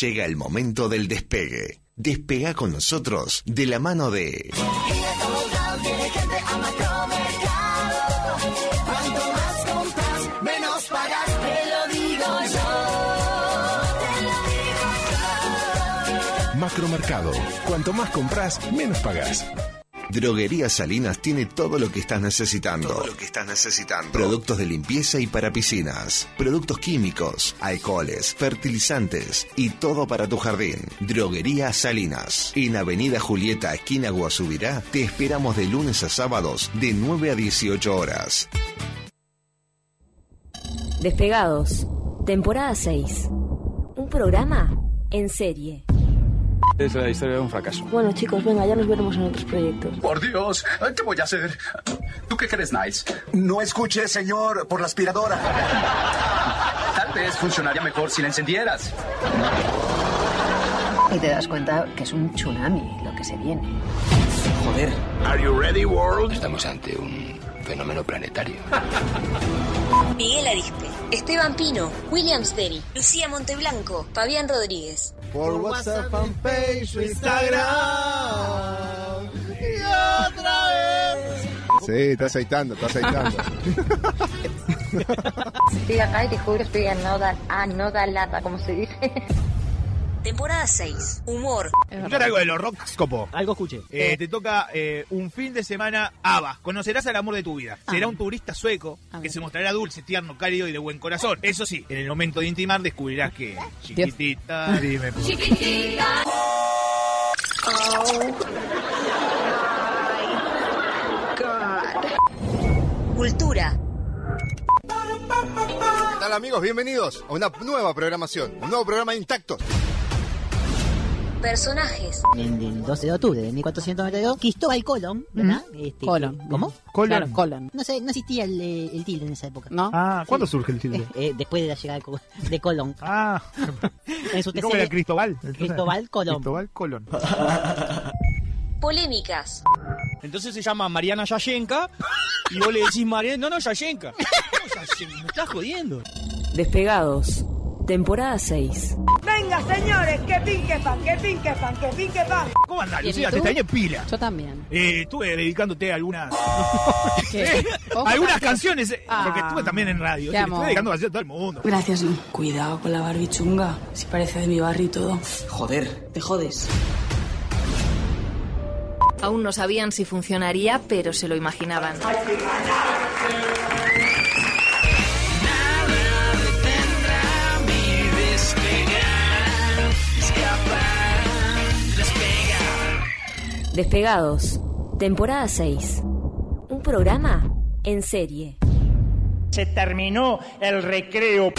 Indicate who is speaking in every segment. Speaker 1: Llega el momento del despegue. Despega con nosotros de la mano de...
Speaker 2: Macromercado. Cuanto más compras, menos pagas.
Speaker 1: Droguería Salinas tiene todo lo que estás necesitando. Todo lo que estás necesitando. Productos de limpieza y para piscinas, productos químicos, alcoholes, fertilizantes y todo para tu jardín. Droguería Salinas, en Avenida Julieta, esquina Guasubirá, te esperamos de lunes a sábados de 9 a 18 horas.
Speaker 3: Despegados, temporada 6. Un programa en serie.
Speaker 4: Es la historia de un fracaso.
Speaker 5: Bueno, chicos, venga, ya nos veremos en otros proyectos.
Speaker 6: Por Dios, ¿qué voy a hacer? ¿Tú qué crees, Niles?
Speaker 7: No escuché, señor, por la aspiradora.
Speaker 6: Tal vez funcionaría mejor si la encendieras.
Speaker 8: Y te das cuenta que es un tsunami lo que se viene.
Speaker 9: Joder.
Speaker 10: Are you ready, world?
Speaker 11: Estamos ante un fenómeno planetario.
Speaker 12: Miguel Arispe, Esteban Pino, William Steri, Lucía Monteblanco, Fabián Rodríguez.
Speaker 13: Por WhatsApp, fanpage, Instagram. Y otra vez.
Speaker 14: Sí, está aceitando, está aceitando.
Speaker 15: estoy acá y te juro, estoy anodalada, como se dice.
Speaker 12: Temporada 6. Humor.
Speaker 16: Yo algo de los rockscopo.
Speaker 17: Algo escuché.
Speaker 16: Eh, te toca eh, un fin de semana Abas. Conocerás al amor de tu vida.
Speaker 17: Ah.
Speaker 16: Será un turista sueco que se mostrará dulce, tierno, cálido y de buen corazón. Eso sí, en el momento de intimar descubrirás que... Chiquitita, dime... por-
Speaker 13: Chiquitita.
Speaker 12: Cultura.
Speaker 14: ¿Qué tal amigos? Bienvenidos a una nueva programación, un nuevo programa de Intactos.
Speaker 12: Personajes.
Speaker 18: En el 12 de octubre de 1492, Cristóbal Colón, ¿verdad? Este,
Speaker 19: Colón.
Speaker 18: ¿Cómo?
Speaker 19: Colón.
Speaker 18: Claro, Colón. No, sé, no existía el, eh, el tilde en esa época. ¿No?
Speaker 19: Ah, ¿cuándo surge el tilde?
Speaker 18: Eh, eh, después de la llegada de Co- de Colón.
Speaker 19: Ah.
Speaker 18: En su
Speaker 19: ¿Y cómo
Speaker 18: tercera-
Speaker 19: era Cristóbal? Entonces,
Speaker 18: Cristóbal Colón.
Speaker 19: Cristóbal Colón.
Speaker 12: Polémicas.
Speaker 17: Entonces se llama Mariana Yashenka y vos le decís Mariana, no, no, Yashenka. No, Yashenka, me estás jodiendo.
Speaker 3: Despegados, temporada 6.
Speaker 20: Venga, señores, que pinque pan, que pinque pan, que pinque pan.
Speaker 16: ¿Cómo andás,
Speaker 20: Bien, ¿y
Speaker 16: Lucía?
Speaker 20: tú?
Speaker 16: Te extrañé este pila.
Speaker 19: Yo también.
Speaker 16: Eh, estuve dedicándote a algunas...
Speaker 19: ¿Qué? Ojo,
Speaker 16: algunas
Speaker 19: Martín.
Speaker 16: canciones, eh,
Speaker 19: Ah.
Speaker 16: porque estuve también en radio.
Speaker 19: Te
Speaker 16: Le
Speaker 19: amo.
Speaker 16: estuve dedicando canciones a todo el mundo.
Speaker 19: Gracias, Lu.
Speaker 5: Cuidado con la barbichunga, si parece de mi barrio y todo.
Speaker 9: Joder.
Speaker 5: Te jodes.
Speaker 21: Aún no sabían si funcionaría, pero se lo imaginaban.
Speaker 3: Despegados, temporada 6. Un programa en serie.
Speaker 22: Se terminó el recreo.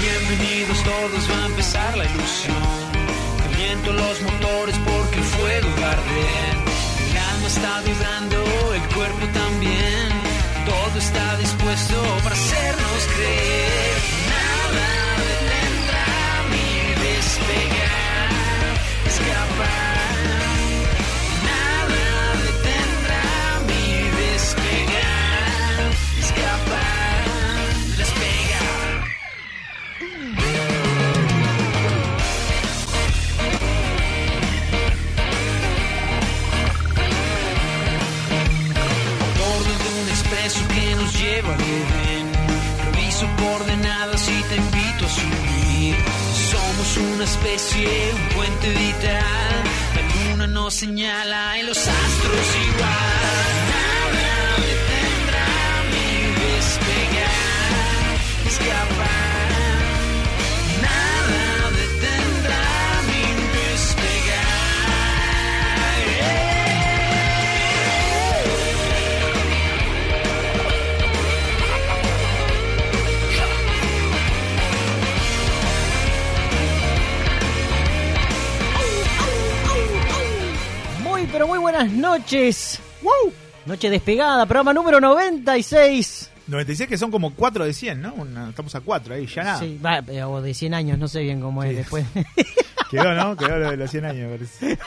Speaker 23: Bienvenidos todos, va a empezar la ilusión. Caliento los motores porque el fuego arde. El alma está vibrando, el cuerpo también. Todo está dispuesto para hacernos creer. Nada detendrá mi despegar, escapar. Nada detendrá mi despegar, escapar, despegar. bordo de un expreso que nos lleva al Edén. Reviso coordenadas y te invito a subir. Somos una especie, un puente vital. La luna nos señala y los astros igual. Nada detendrá mi despegar, escapar. Nada detendrá mi despegar.
Speaker 19: Muy, pero muy buenas noches. ¡Wow! Noche despegada, programa número 96.
Speaker 16: 96 que son como 4 de 100, ¿no? Una- estamos a 4 ahí, ya nada.
Speaker 18: Sí, va, eh, o de 100 años, no sé bien cómo es después.
Speaker 16: Quedó, ¿no? Quedó lo de los 100 años, me parece.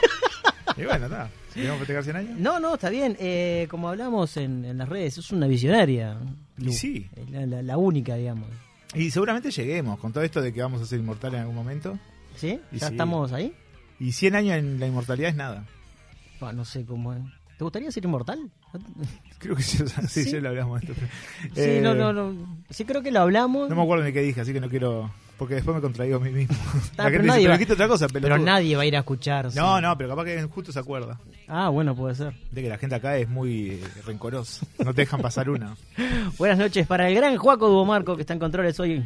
Speaker 16: Y bueno, está. Si queremos festejar 100 años.
Speaker 18: No, no, está bien. Eh, como hablamos en, en las redes, es una visionaria. Lu.
Speaker 16: sí.
Speaker 18: Es La, la- la única, digamos.
Speaker 16: Y seguramente lleguemos con todo esto de que vamos a ser inmortales en algún momento.
Speaker 18: ¿Sí?
Speaker 16: Y
Speaker 18: ¿Ya
Speaker 16: sí.
Speaker 18: estamos ahí?
Speaker 16: Y 100 años en la inmortalidad es nada.
Speaker 18: Bah, no sé cómo es. ¿Te gustaría ser inmortal?
Speaker 16: Creo que sí, o sea, sí,
Speaker 18: Sí.
Speaker 16: ya lo hablamos. Esto. eh,
Speaker 18: Sí, no, no, no. Sí, creo que lo hablamos.
Speaker 16: No me acuerdo ni qué dije, así que no quiero. Porque después me contraigo a mí mismo.
Speaker 18: Está,
Speaker 16: La
Speaker 18: Ah, pero
Speaker 16: gente dice,
Speaker 18: nadie
Speaker 16: pero
Speaker 18: va-
Speaker 16: dijiste otra cosa,
Speaker 18: pero
Speaker 16: pelotudo".
Speaker 18: nadie va a ir a escuchar. sí.
Speaker 16: No, no, pero capaz que justo se acuerda.
Speaker 18: Ah, bueno, puede ser.
Speaker 16: De que la gente acá es muy eh, rencorosa. No te dejan pasar una.
Speaker 18: Buenas noches para el gran Juaco Duomarco que está en controles hoy,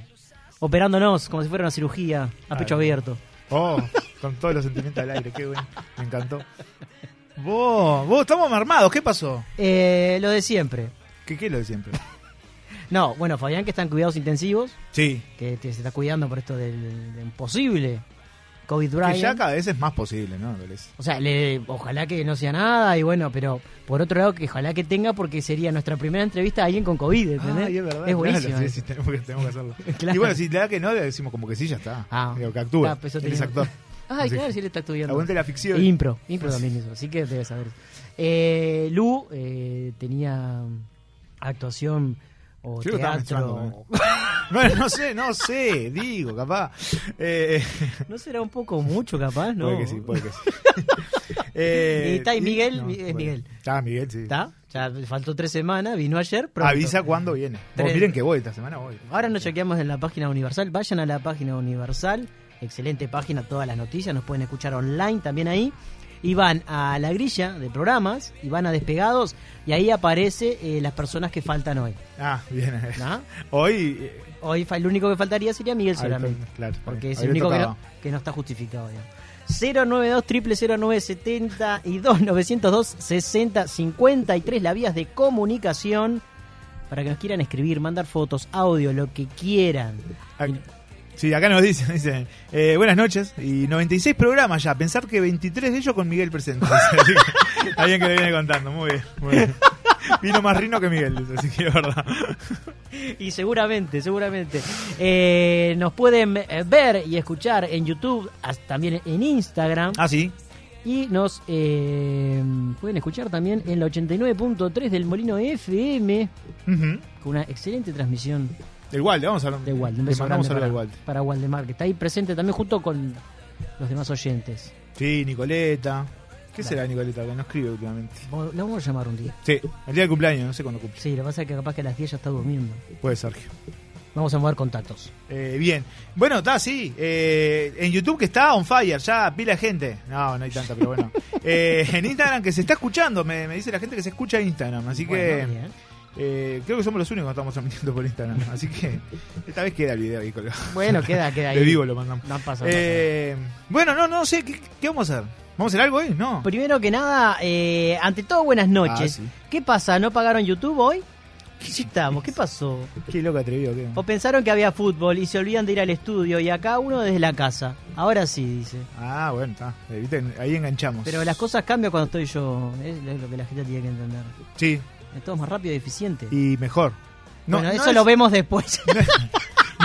Speaker 18: operándonos como si fuera una cirugía a pecho
Speaker 16: Ay.
Speaker 18: abierto.
Speaker 16: Oh, con todos los sentimientos al aire, qué bueno. Me encantó. Vos, vos, estamos armados, ¿qué pasó?
Speaker 18: Eh, lo de siempre.
Speaker 16: ¿Qué, qué es lo de siempre?
Speaker 18: No, bueno, Fabián que está en cuidados intensivos,
Speaker 16: Sí.
Speaker 18: que te- se está cuidando por esto del, del imposible COVID
Speaker 16: Que ya
Speaker 18: Brian.
Speaker 16: cada vez es más posible, ¿no? Me parece.
Speaker 18: O sea, le- ojalá que no sea nada y bueno, pero por otro lado que ojalá que tenga porque sería nuestra primera entrevista a alguien con COVID, ¿entendés?
Speaker 16: Ay, Ah, es verdad. claro,
Speaker 18: buenísimo.
Speaker 16: sí, sí, tenemos, que, tenemos que hacerlo.
Speaker 18: Claro.
Speaker 16: Y bueno, si le da que no, le decimos como que sí, ya está. Digo, que actúa.
Speaker 18: Ah, pues yo
Speaker 16: Él es
Speaker 18: tenía-
Speaker 16: actor.
Speaker 18: Ay,
Speaker 16: Así
Speaker 18: claro,
Speaker 16: que-
Speaker 18: sí le está estudiando.
Speaker 16: Aguante la ficción. Pues
Speaker 18: Impro, impro también hizo, así que debes saber. Eh, Lu eh, tenía actuación o
Speaker 16: Yo lo estaba menstruando
Speaker 18: teatro.
Speaker 16: Bueno, no sé, no sé, digo, capaz. Eh,
Speaker 18: ¿No será un poco mucho capaz? No.
Speaker 16: Puede que sí, puede que sí. Eh,
Speaker 18: Y está ahí Miguel, Mi- es Miguel.
Speaker 16: Está Miguel, sí.
Speaker 18: ¿Está? Ya faltó tres semanas, vino ayer. pronto.
Speaker 16: Avisa cuándo viene. Vos
Speaker 18: Tres-
Speaker 16: miren que voy esta semana, voy.
Speaker 18: Ahora nos chequeamos en la página Universal. Vayan a la página Universal. Excelente página, todas las noticias. Nos pueden escuchar online también ahí. Y van a la grilla de programas y van a despegados. Y ahí aparece eh, las personas que faltan hoy.
Speaker 16: Ah, bien.
Speaker 18: ¿no?
Speaker 16: Hoy. eh,
Speaker 18: Hoy fa- el único que faltaría sería Miguel
Speaker 16: ahí
Speaker 18: solamente.
Speaker 16: está, claro,
Speaker 18: Porque es
Speaker 16: ahí
Speaker 18: el
Speaker 16: le
Speaker 18: único que
Speaker 16: tocaba.
Speaker 18: no, que no está justificado. digamos. 092 0970 y 902 6053 las vías de comunicación para que nos quieran escribir, mandar fotos, audio, lo que quieran.
Speaker 16: Sí, acá nos dicen, dicen, eh, buenas noches. Y 96 programas ya. Pensar que 23 de ellos con Miguel presente. Así que, Alguien que le viene contando, muy bien. muy bien. Vino más Rino que Miguel, dice, así que es verdad.
Speaker 18: Y seguramente, seguramente. eh, nos pueden eh, ver y escuchar en YouTube, as- también en Instagram.
Speaker 16: Ah, sí.
Speaker 18: Y nos eh, pueden escuchar también en la 89.3 del Molino FM.
Speaker 16: ¿eh?
Speaker 18: Con una excelente transmisión.
Speaker 16: De Walde, vamos a hablar.
Speaker 18: De Walde, un
Speaker 16: Le
Speaker 18: beso
Speaker 16: mandamos
Speaker 18: grande
Speaker 16: saludo
Speaker 18: para,
Speaker 16: a Walde.
Speaker 18: para Waldemar, que está ahí presente también junto con los demás oyentes.
Speaker 16: Sí, Nicoleta. ¿Qué será Nicoleta? Que no escribe últimamente.
Speaker 18: Vamos- La vamos a llamar un día.
Speaker 16: Sí, el día del cumpleaños, no sé cuándo cumple.
Speaker 18: Sí, lo que pasa es que capaz que a las 10 ya está durmiendo.
Speaker 16: Puede Sergio.
Speaker 18: Vamos a mover contactos.
Speaker 16: Eh, bien. Bueno, está así. en YouTube que está on fire, ya pila de gente. No, no hay tanta, pero bueno. Eh, en Instagram que se está escuchando, me, me dice la gente que se escucha en Instagram. Así que
Speaker 18: Bueno, bien.
Speaker 16: eh, creo que somos los únicos que estamos transmitiendo por Instagram. Así que esta vez queda el video ahí colgado.
Speaker 18: Bueno, queda, queda ahí.
Speaker 16: De vivo lo mandamos.
Speaker 18: No pasa nada.
Speaker 16: Eh, bueno, no, no sé. ¿qué, qué vamos a hacer? ¿Vamos a hacer algo hoy? No.
Speaker 18: Primero que nada, eh, ante todo, buenas noches.
Speaker 16: Ah, sí.
Speaker 18: ¿Qué pasa? ¿No pagaron YouTube hoy? ¿Qué hicitamos? ¿Qué pasó?
Speaker 16: Qué loco atrevido que.
Speaker 18: O pensaron que había fútbol y se olvidan de ir al estudio y acá uno desde la casa. Ahora sí, dice.
Speaker 16: Ah, bueno, está. Eh, viste, Ahí enganchamos.
Speaker 18: Pero las cosas cambian cuando estoy yo. Es lo lo que la gente tiene que entender.
Speaker 16: Sí.
Speaker 18: Es todo más rápido y eficiente.
Speaker 16: Y mejor.
Speaker 18: bueno, eso lo
Speaker 16: vemos
Speaker 18: vemos después.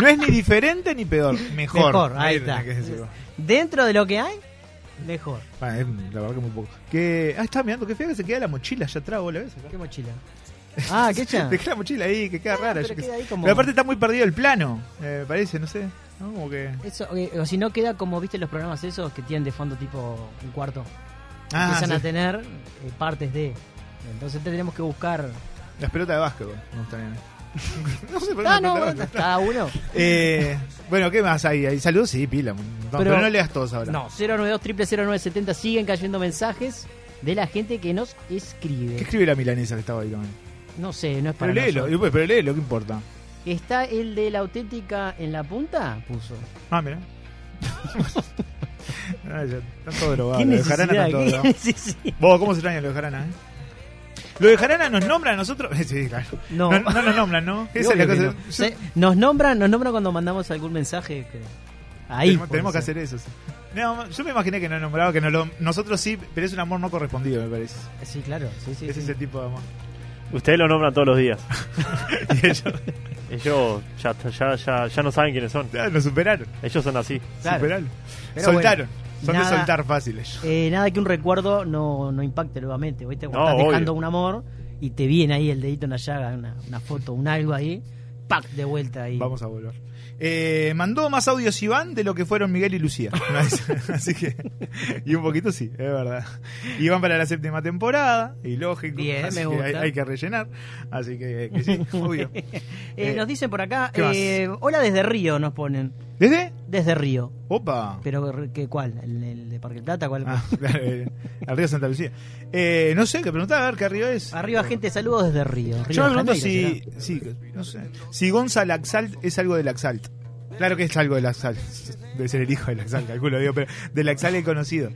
Speaker 16: No es ni diferente ni peor, mejor.
Speaker 18: Mejor, ahí
Speaker 16: Tenés
Speaker 18: está.
Speaker 16: que decirlo.
Speaker 18: Dentro de lo que hay, mejor.
Speaker 16: Bueno, es- la verdad que muy poco. Que, ah, está mirando, qué fea que se queda la mochila allá atrás, vos la ves.
Speaker 18: ¿Qué mochila? Ah, qué ya.
Speaker 16: Dejé la mochila ahí, que queda rara.
Speaker 18: pero
Speaker 16: yo qué
Speaker 18: queda
Speaker 16: sé.
Speaker 18: ahí como-
Speaker 16: Pero aparte está muy perdido el plano, eh, me parece, no sé. ¿no? Como que...
Speaker 18: Eso, eh, o si no queda como viste los programas esos que tienen de fondo tipo un cuarto.
Speaker 16: Ah,
Speaker 18: Empiezan
Speaker 16: sí.
Speaker 18: a tener eh, partes de. Entonces tendremos que buscar.
Speaker 16: Las pelotas de básquetbol, me gustan. No sé,
Speaker 18: Ah, no, bueno, cada uno.
Speaker 16: Eh, bueno, ¿qué más hay? ¿Hay saludos? Sí, pila. un montón. pero, no leas todos ahora.
Speaker 18: No, 092 00970 siguen cayendo mensajes de la gente que nos escribe.
Speaker 16: ¿Qué escribe la milanesa que estaba ahí también?
Speaker 18: No sé, no
Speaker 16: Pero
Speaker 18: es para
Speaker 16: léelo,
Speaker 18: nosotros.
Speaker 16: y, pues, pero léelo, ¿qué importa?
Speaker 18: ¿Está el de la auténtica en la punta? Puso.
Speaker 16: Ah, mira. Ah, ya, están todos drogados.
Speaker 18: ¿Qué
Speaker 16: Los de Jarana están
Speaker 18: necesidad?
Speaker 16: todos
Speaker 18: ¿Qué
Speaker 16: drogados.
Speaker 18: necesidad?
Speaker 16: Vos, ¿cómo se extrañan los de Jarana, eh? Los de Jarana nos nombran a nosotros. Sí, claro.
Speaker 18: No.
Speaker 16: No, no nos nombran, ¿no? Esa es la
Speaker 18: Obvio
Speaker 16: cosa.
Speaker 18: que no. Se- nos nombran, nos nombran cuando mandamos algún mensaje. que- Ahí.
Speaker 16: Tenemos,
Speaker 18: por
Speaker 16: tenemos que
Speaker 18: ejemplo.
Speaker 16: hacer eso, sí. No, yo me imaginé que nos nombraba, que nos lo- nosotros sí, pero es un amor no correspondido, me parece.
Speaker 18: Sí, claro. Sí, sí,
Speaker 16: es
Speaker 18: sí.
Speaker 16: ese tipo de amor.
Speaker 13: Ustedes lo nombran todos los días. Y ellos ellos ya, ya, ya, ya no saben quiénes son.
Speaker 16: lo superaron.
Speaker 13: Ellos son así.
Speaker 18: Claro. Superaron. Pero
Speaker 16: Soltaron.
Speaker 18: bueno,
Speaker 16: Son
Speaker 18: nada-
Speaker 16: de soltar fáciles.
Speaker 18: Eh, nada que un recuerdo no, no impacte nuevamente. ¿viste? Cuando
Speaker 16: No,
Speaker 18: estás
Speaker 16: obvio.
Speaker 18: dejando un amor y te viene ahí el dedito en la llaga, una, una foto, un algo ahí, ¡pac! de vuelta ahí.
Speaker 16: Vamos a volver. Eh, mandó más audios Iván de lo que fueron Miguel y Lucía. Así que. Y un poquito sí, es verdad. Iván para la séptima temporada, y lógico.
Speaker 18: Bien,
Speaker 16: así
Speaker 18: me
Speaker 16: que
Speaker 18: gusta.
Speaker 16: Hay, hay que rellenar. Así que, que sí, obvio.
Speaker 18: Eh,
Speaker 16: Eh,
Speaker 18: nos dicen por acá,
Speaker 16: ¿qué más?
Speaker 18: eh, hola desde Río nos ponen.
Speaker 16: ¿Desde?
Speaker 18: Desde Río.
Speaker 16: Opa.
Speaker 18: Pero ¿qué, ¿cuál? ¿El, el de Parque Plata? ¿Cuál?
Speaker 16: eh, Al río Santa Lucía. Eh, no sé, que preguntaba a ver qué arriba es.
Speaker 18: Arriba, gente, saludos desde Río. Río
Speaker 16: Yo me
Speaker 18: de
Speaker 16: pregunto
Speaker 18: Janeiro,
Speaker 16: si, sí, no sé. si Gonza Laxalt es algo del Laxalt. Claro que es algo del Laxalt. Debe ser el hijo del Laxalt, calculo, digo, pero del Laxalt el conocido.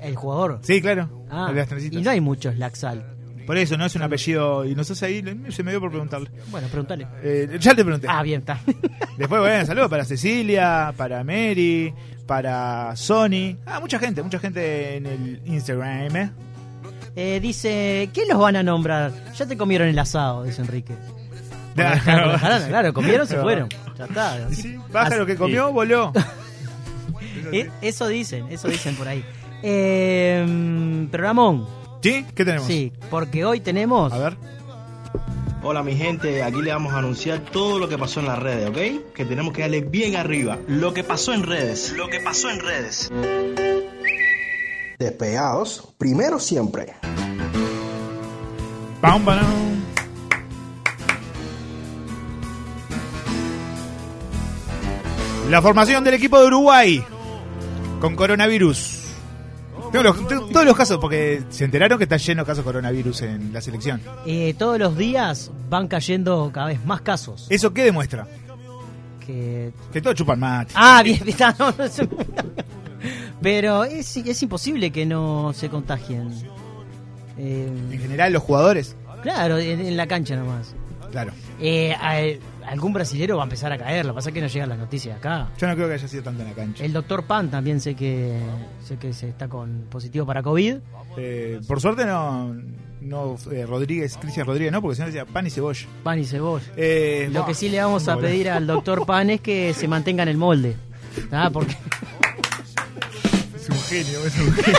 Speaker 18: ¿El jugador?
Speaker 16: Sí, claro.
Speaker 18: Ah,
Speaker 16: el de las trencitas.
Speaker 18: y no hay muchos Laxalt.
Speaker 16: Por eso, no es un apellido. Y nosotros ahí le- se me dio por preguntarle.
Speaker 18: Bueno, pregúntale.
Speaker 16: Eh, ya te pregunté.
Speaker 18: Ah, bien, está.
Speaker 16: Después, bueno, saludos para Cecilia, para Mary, para Sony. Ah, mucha gente, mucha gente en el Instagram. ¿eh?
Speaker 18: Eh, dice, ¿qué los van a nombrar? Ya te comieron el asado, dice Enrique. Bueno, dejaron, dejaron, claro, comieron, se fueron. Ya está.
Speaker 16: Sí, pájaro que comió,
Speaker 18: Sí.
Speaker 16: voló.
Speaker 18: Eh, Eso dicen, eso dicen por ahí. Eh, programón.
Speaker 16: ¿Sí? ¿Qué tenemos?
Speaker 18: Sí, porque hoy tenemos... A
Speaker 16: ver.
Speaker 24: Hola mi gente, aquí le vamos a anunciar todo lo que pasó en las redes, ¿ok? Que tenemos que darle bien arriba. Lo que pasó en redes. Lo que pasó en redes.
Speaker 25: Despegados, primero siempre.
Speaker 16: Pam, pam. La formación del equipo de Uruguay con coronavirus. Tengo los- tengo todos los casos, porque se enteraron que está lleno de casos de coronavirus en la selección.
Speaker 18: Eh, todos los días van cayendo cada vez más casos.
Speaker 16: ¿Eso qué demuestra?
Speaker 18: Que,
Speaker 16: todos chupan mate.
Speaker 18: Ah, bien, está, no, no se- Pero es, es imposible que no se contagien. Eh,
Speaker 16: En general, los jugadores.
Speaker 18: Claro, en, en la cancha nomás.
Speaker 16: Claro.
Speaker 18: Eh, al- algún brasilero va a empezar a caer, lo que pasa es que no llegan las noticias acá.
Speaker 16: Yo no creo que haya sido tanto en la cancha.
Speaker 18: El doctor Pan también sé que sé que se está con positivo para COVID.
Speaker 16: Eh, por suerte no, no eh, Rodríguez, Cristian Rodríguez, no, porque si no decía pan y cebolla.
Speaker 18: Pan y cebolla.
Speaker 16: Eh,
Speaker 18: Lo
Speaker 16: bah,
Speaker 18: que sí le vamos a
Speaker 16: boludo.
Speaker 18: pedir al doctor Pan es que se mantenga en el molde. Ah, porque
Speaker 16: Es un genio, es un genio.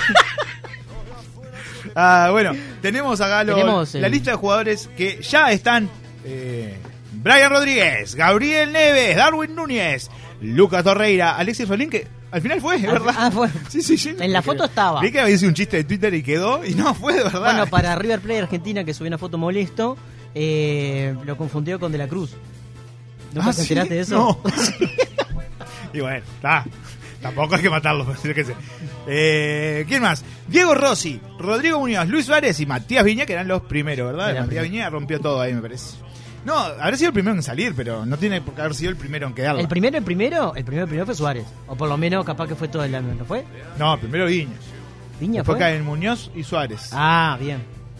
Speaker 16: Ah, bueno, tenemos acá lo-
Speaker 18: Tenemos, eh,
Speaker 16: la lista de jugadores que ya están. eh, Brian Rodríguez, Gabriel Neves, Darwin Núñez, Lucas Torreira, Alexis Rolín, que al final fue, es ¿verdad?
Speaker 18: Ah, fue.
Speaker 16: Sí, sí, sí.
Speaker 18: En la foto estaba.
Speaker 16: Vi que había sido un chiste de Twitter y quedó, y no, fue de verdad.
Speaker 18: Bueno, para River Plate Argentina, que subió una foto molesto, eh, lo confundió con De la Cruz. ¿Nunca
Speaker 16: Ah,
Speaker 18: te
Speaker 16: ¿sí?
Speaker 18: enteraste de eso?
Speaker 16: No. Y bueno, está. Tampoco hay que matarlo, yo qué sé. Eh, ¿Quién más? Diego Rossi, Rodrigo Muñoz, Luis Suárez y Matías Viña, que eran los primeros, ¿verdad?
Speaker 18: Era
Speaker 16: Matías
Speaker 18: primero.
Speaker 16: Viña rompió todo ahí, me parece. No, habrá sido el primero en salir, pero no tiene por qué haber sido el primero en quedarla.
Speaker 18: El primero, el primero, el primero, el primero fue Suárez. O por lo menos capaz que fue todo el año, ¿no fue?
Speaker 16: No, primero Viña.
Speaker 18: Viña
Speaker 16: Después
Speaker 18: fue.
Speaker 16: caen Muñoz y Suárez.
Speaker 18: Ah, bien.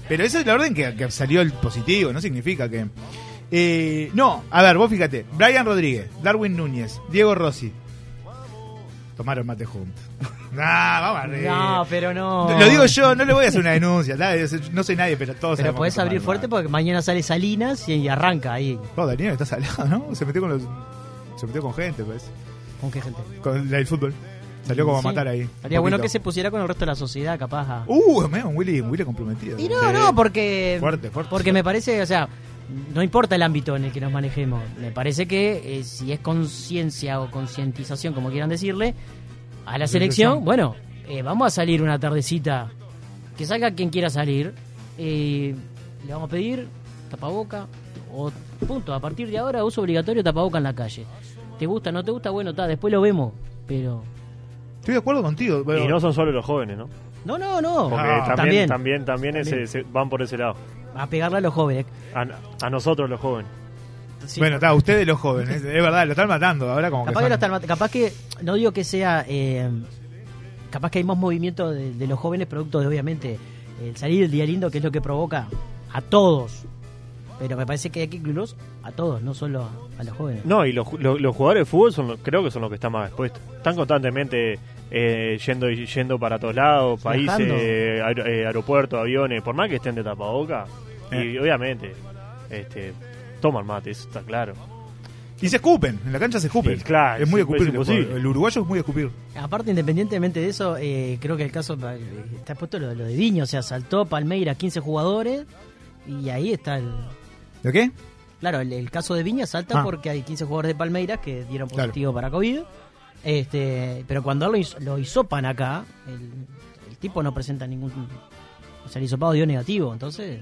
Speaker 16: Pero esa es la orden que, que salió el positivo, no significa que. Eh, no, a ver, vos fíjate. Brian Rodríguez, Darwin Núñez, Diego Rossi. Tomaron mate juntos. Nah, vamos arriba.
Speaker 18: No, pero no.
Speaker 16: Lo digo yo, no le voy a hacer una denuncia. ¿tá? No soy nadie, pero todos
Speaker 18: Pero
Speaker 16: sabemos
Speaker 18: podés
Speaker 16: que tomaron
Speaker 18: abrir fuerte porque mañana sale Salinas y, y arranca ahí.
Speaker 16: No, Daniel está salado, ¿no? Se metió con los. Se metió con gente, pues.
Speaker 18: ¿Con qué gente?
Speaker 16: Con la del fútbol. Salió como
Speaker 18: Sí.
Speaker 16: a matar ahí.
Speaker 18: Estaría bueno que
Speaker 16: Poquito.
Speaker 18: se pusiera con el resto de la sociedad, capaz. a-
Speaker 16: Uh, medio un Willy, un Willy comprometido.
Speaker 18: Y no, no, porque.
Speaker 16: Fuerte, fuerte.
Speaker 18: Porque me parece, o sea, no importa el ámbito en el que nos manejemos. Me parece que eh, si es conciencia o concientización, como quieran decirle, a la selección, bueno, eh, vamos a salir una tardecita. Que salga quien quiera salir. eh, le vamos a pedir tapaboca o punto. A partir de ahora, uso obligatorio tapaboca en la calle. ¿Te gusta, no te gusta? Bueno, está, después lo vemos. Pero.
Speaker 16: Estoy de acuerdo contigo. pero-
Speaker 13: Y no son solo los jóvenes, ¿no?
Speaker 18: No, no, no.
Speaker 13: Porque
Speaker 16: Ah.
Speaker 18: también, Ah.
Speaker 13: también, también, también, ese- se van por ese lado.
Speaker 18: A pegarle a los jóvenes.
Speaker 13: A, a nosotros los jóvenes.
Speaker 16: Bueno, está, ustedes los jóvenes, es verdad, lo están matando ahora como
Speaker 18: Capaz
Speaker 16: que
Speaker 18: que,
Speaker 16: son-
Speaker 18: lo están mat- capaz que, no digo que sea, eh, capaz que hay más movimiento de, de los jóvenes producto de, obviamente, el salir el día lindo, que es lo que provoca a todos. Pero me parece que hay que incluirlos a todos, no solo a, a los jóvenes.
Speaker 13: No, y los, ju- los- los jugadores de fútbol son, los- creo que son los que están más expuestos. Están constantemente eh, yendo y- yendo para todos lados, países,
Speaker 18: Viajando.
Speaker 13: aer- eh, aeropuertos, aviones. Por más que estén de tapaboca, Y obviamente, este, toman mate, eso está claro.
Speaker 16: Y se escupen, en la cancha se escupen.
Speaker 13: Sí, claro,
Speaker 16: es muy
Speaker 13: sí,
Speaker 16: escupir.
Speaker 13: es imposible.
Speaker 16: el uruguayo es muy escupir.
Speaker 18: Aparte, independientemente de eso, eh, creo que el caso eh, está puesto lo, lo de Viño, o sea, saltó Palmeira 15 jugadores y ahí está el.
Speaker 16: ¿De qué?
Speaker 18: Claro, el, el caso de Viña salta
Speaker 16: Ah.
Speaker 18: porque hay 15 jugadores de Palmeiras que dieron
Speaker 16: Claro.
Speaker 18: positivo para COVID. Este, pero cuando lo, hizo- lo hisopan acá, el, el tipo no presenta ningún. O sea, el hisopado dio negativo, entonces.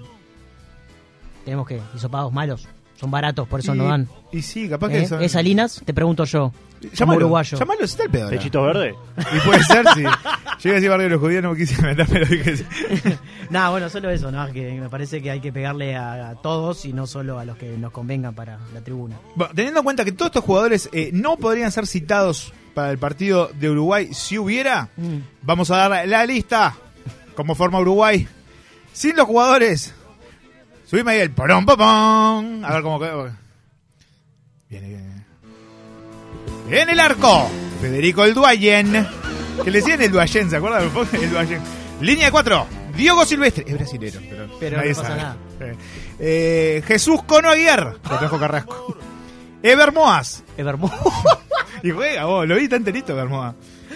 Speaker 18: Tenemos que. Hisopados malos. Son baratos, por eso
Speaker 16: Y-
Speaker 18: no dan.
Speaker 16: Y sí, capaz que
Speaker 18: ¿Eh?
Speaker 16: son-
Speaker 18: ¿Es Salinas? Te pregunto yo. como
Speaker 16: Llámalo,
Speaker 18: uruguayo.
Speaker 16: llámalo, si está el pedo ahora.
Speaker 13: ¿Pechito verde?
Speaker 16: Y puede ser, sí. Yo iba a decir barrio de los judíos, no me quise meter, pero dije sí.
Speaker 18: Nada, bueno, solo eso, ¿no? Que me parece que hay que pegarle a, a todos y no solo a los que nos convengan para la tribuna.
Speaker 16: Bueno, teniendo en cuenta que todos estos jugadores eh, no podrían ser citados para el partido de Uruguay si hubiera,
Speaker 18: Mm.
Speaker 16: vamos a dar la lista como forma Uruguay. Sin los jugadores. Subime ahí el porón, popón. A ver cómo queda. Viene, viene. En el arco, Federico el Duayen. Que le decían el Duayen, ¿se acuerdan? El Duayen. Línea 4, Diogo Silvestre. Es brasilero, pero,
Speaker 18: Pero
Speaker 16: nadie
Speaker 18: no pasa
Speaker 16: sabe.
Speaker 18: nada.
Speaker 16: Eh, eh, Jesús Cono Aguiar. Lo trajo Carrasco. Ever Moas.
Speaker 18: Ever Moas.
Speaker 16: y juega, vos, lo vi tan enterito, Ever Moas.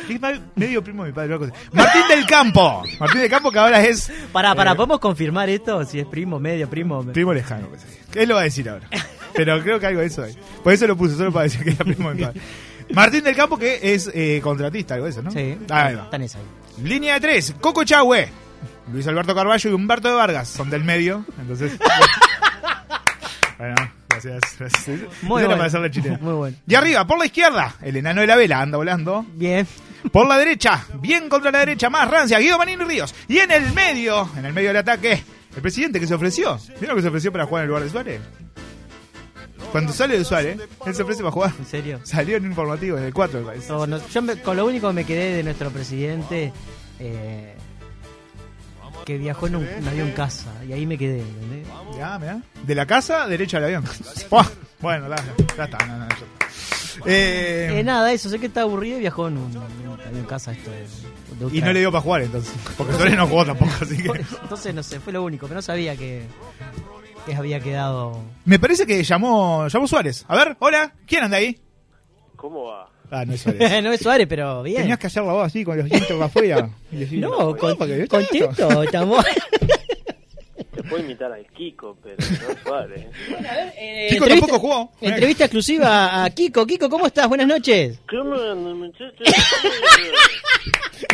Speaker 16: Que es mal- medio primo de mi padre. una cosa. Martín del Campo. Martín del Campo que ahora es...
Speaker 18: Pará, pará,
Speaker 16: eh,
Speaker 18: ¿podemos confirmar esto? Si es primo, medio, primo.
Speaker 16: Primo lejano. pues. Él lo va a decir ahora. Pero creo que algo de eso hay. Por eso lo puse, solo para decir que era primo de mi padre. Martín del Campo, que es eh, contratista, algo de eso, ¿no? Ah,
Speaker 18: Sí.
Speaker 16: Ahí va.
Speaker 18: Están esa ahí.
Speaker 16: Línea 3, Coco Chahue. Luis Alberto Carballo y Humberto de Vargas son del medio. Entonces. bueno, gracias. gracias.
Speaker 18: Muy
Speaker 16: Era
Speaker 18: bueno.
Speaker 16: para hacer la chilena.
Speaker 18: Muy bueno.
Speaker 16: Y arriba, por la izquierda, el enano de la vela anda volando.
Speaker 18: Bien.
Speaker 16: Por la derecha, bien contra la derecha, más rancia, Guido Manini Ríos. Y en el medio, en el medio del ataque, el presidente que se ofreció. ¿Vieron lo que se ofreció para jugar en el lugar de Suárez? Cuando sale de Suárez, él se ofrece para jugar.
Speaker 18: ¿En serio? Oh,
Speaker 16: Salió en un informativo, en el 4, me parece.
Speaker 18: No, no, yo me- con lo único que me quedé de nuestro presidente eh, que viajó en un, un avión casa y ahí me quedé. ¿entendés?
Speaker 16: Mirá, mirá. De la casa, derecha al avión. Buah, bueno, la- ya está. no, no, ya está. Eh,
Speaker 18: Eh, nada, eso, sé que está aburrido y viajó en un, en un avión casa esto. de- de
Speaker 16: y no le dio para jugar entonces. Porque Suárez no jugó tampoco, así que.
Speaker 18: Ucrania. Entonces, no sé, fue lo único, pero no sabía que, que había quedado...
Speaker 16: Me parece que llamó, llamó Suárez. A ver, hola, ¿quién anda ahí?
Speaker 13: ¿Cómo va?
Speaker 16: Ah, no es Suárez.
Speaker 18: no es Suárez, pero bien.
Speaker 16: Tenías que hacer la voz así con los dientes para afuera. Y decir,
Speaker 18: No, con-
Speaker 16: porque yo
Speaker 18: contento, estamos...
Speaker 13: Te puedo imitar al Kiko, pero no Suárez.
Speaker 16: Kiko
Speaker 18: eh, Entrevista-
Speaker 16: tampoco jugó.
Speaker 18: Entrevista exclusiva a Kiko. Kiko, ¿cómo estás? Buenas noches.
Speaker 13: ¿Cómo andan, muchachos?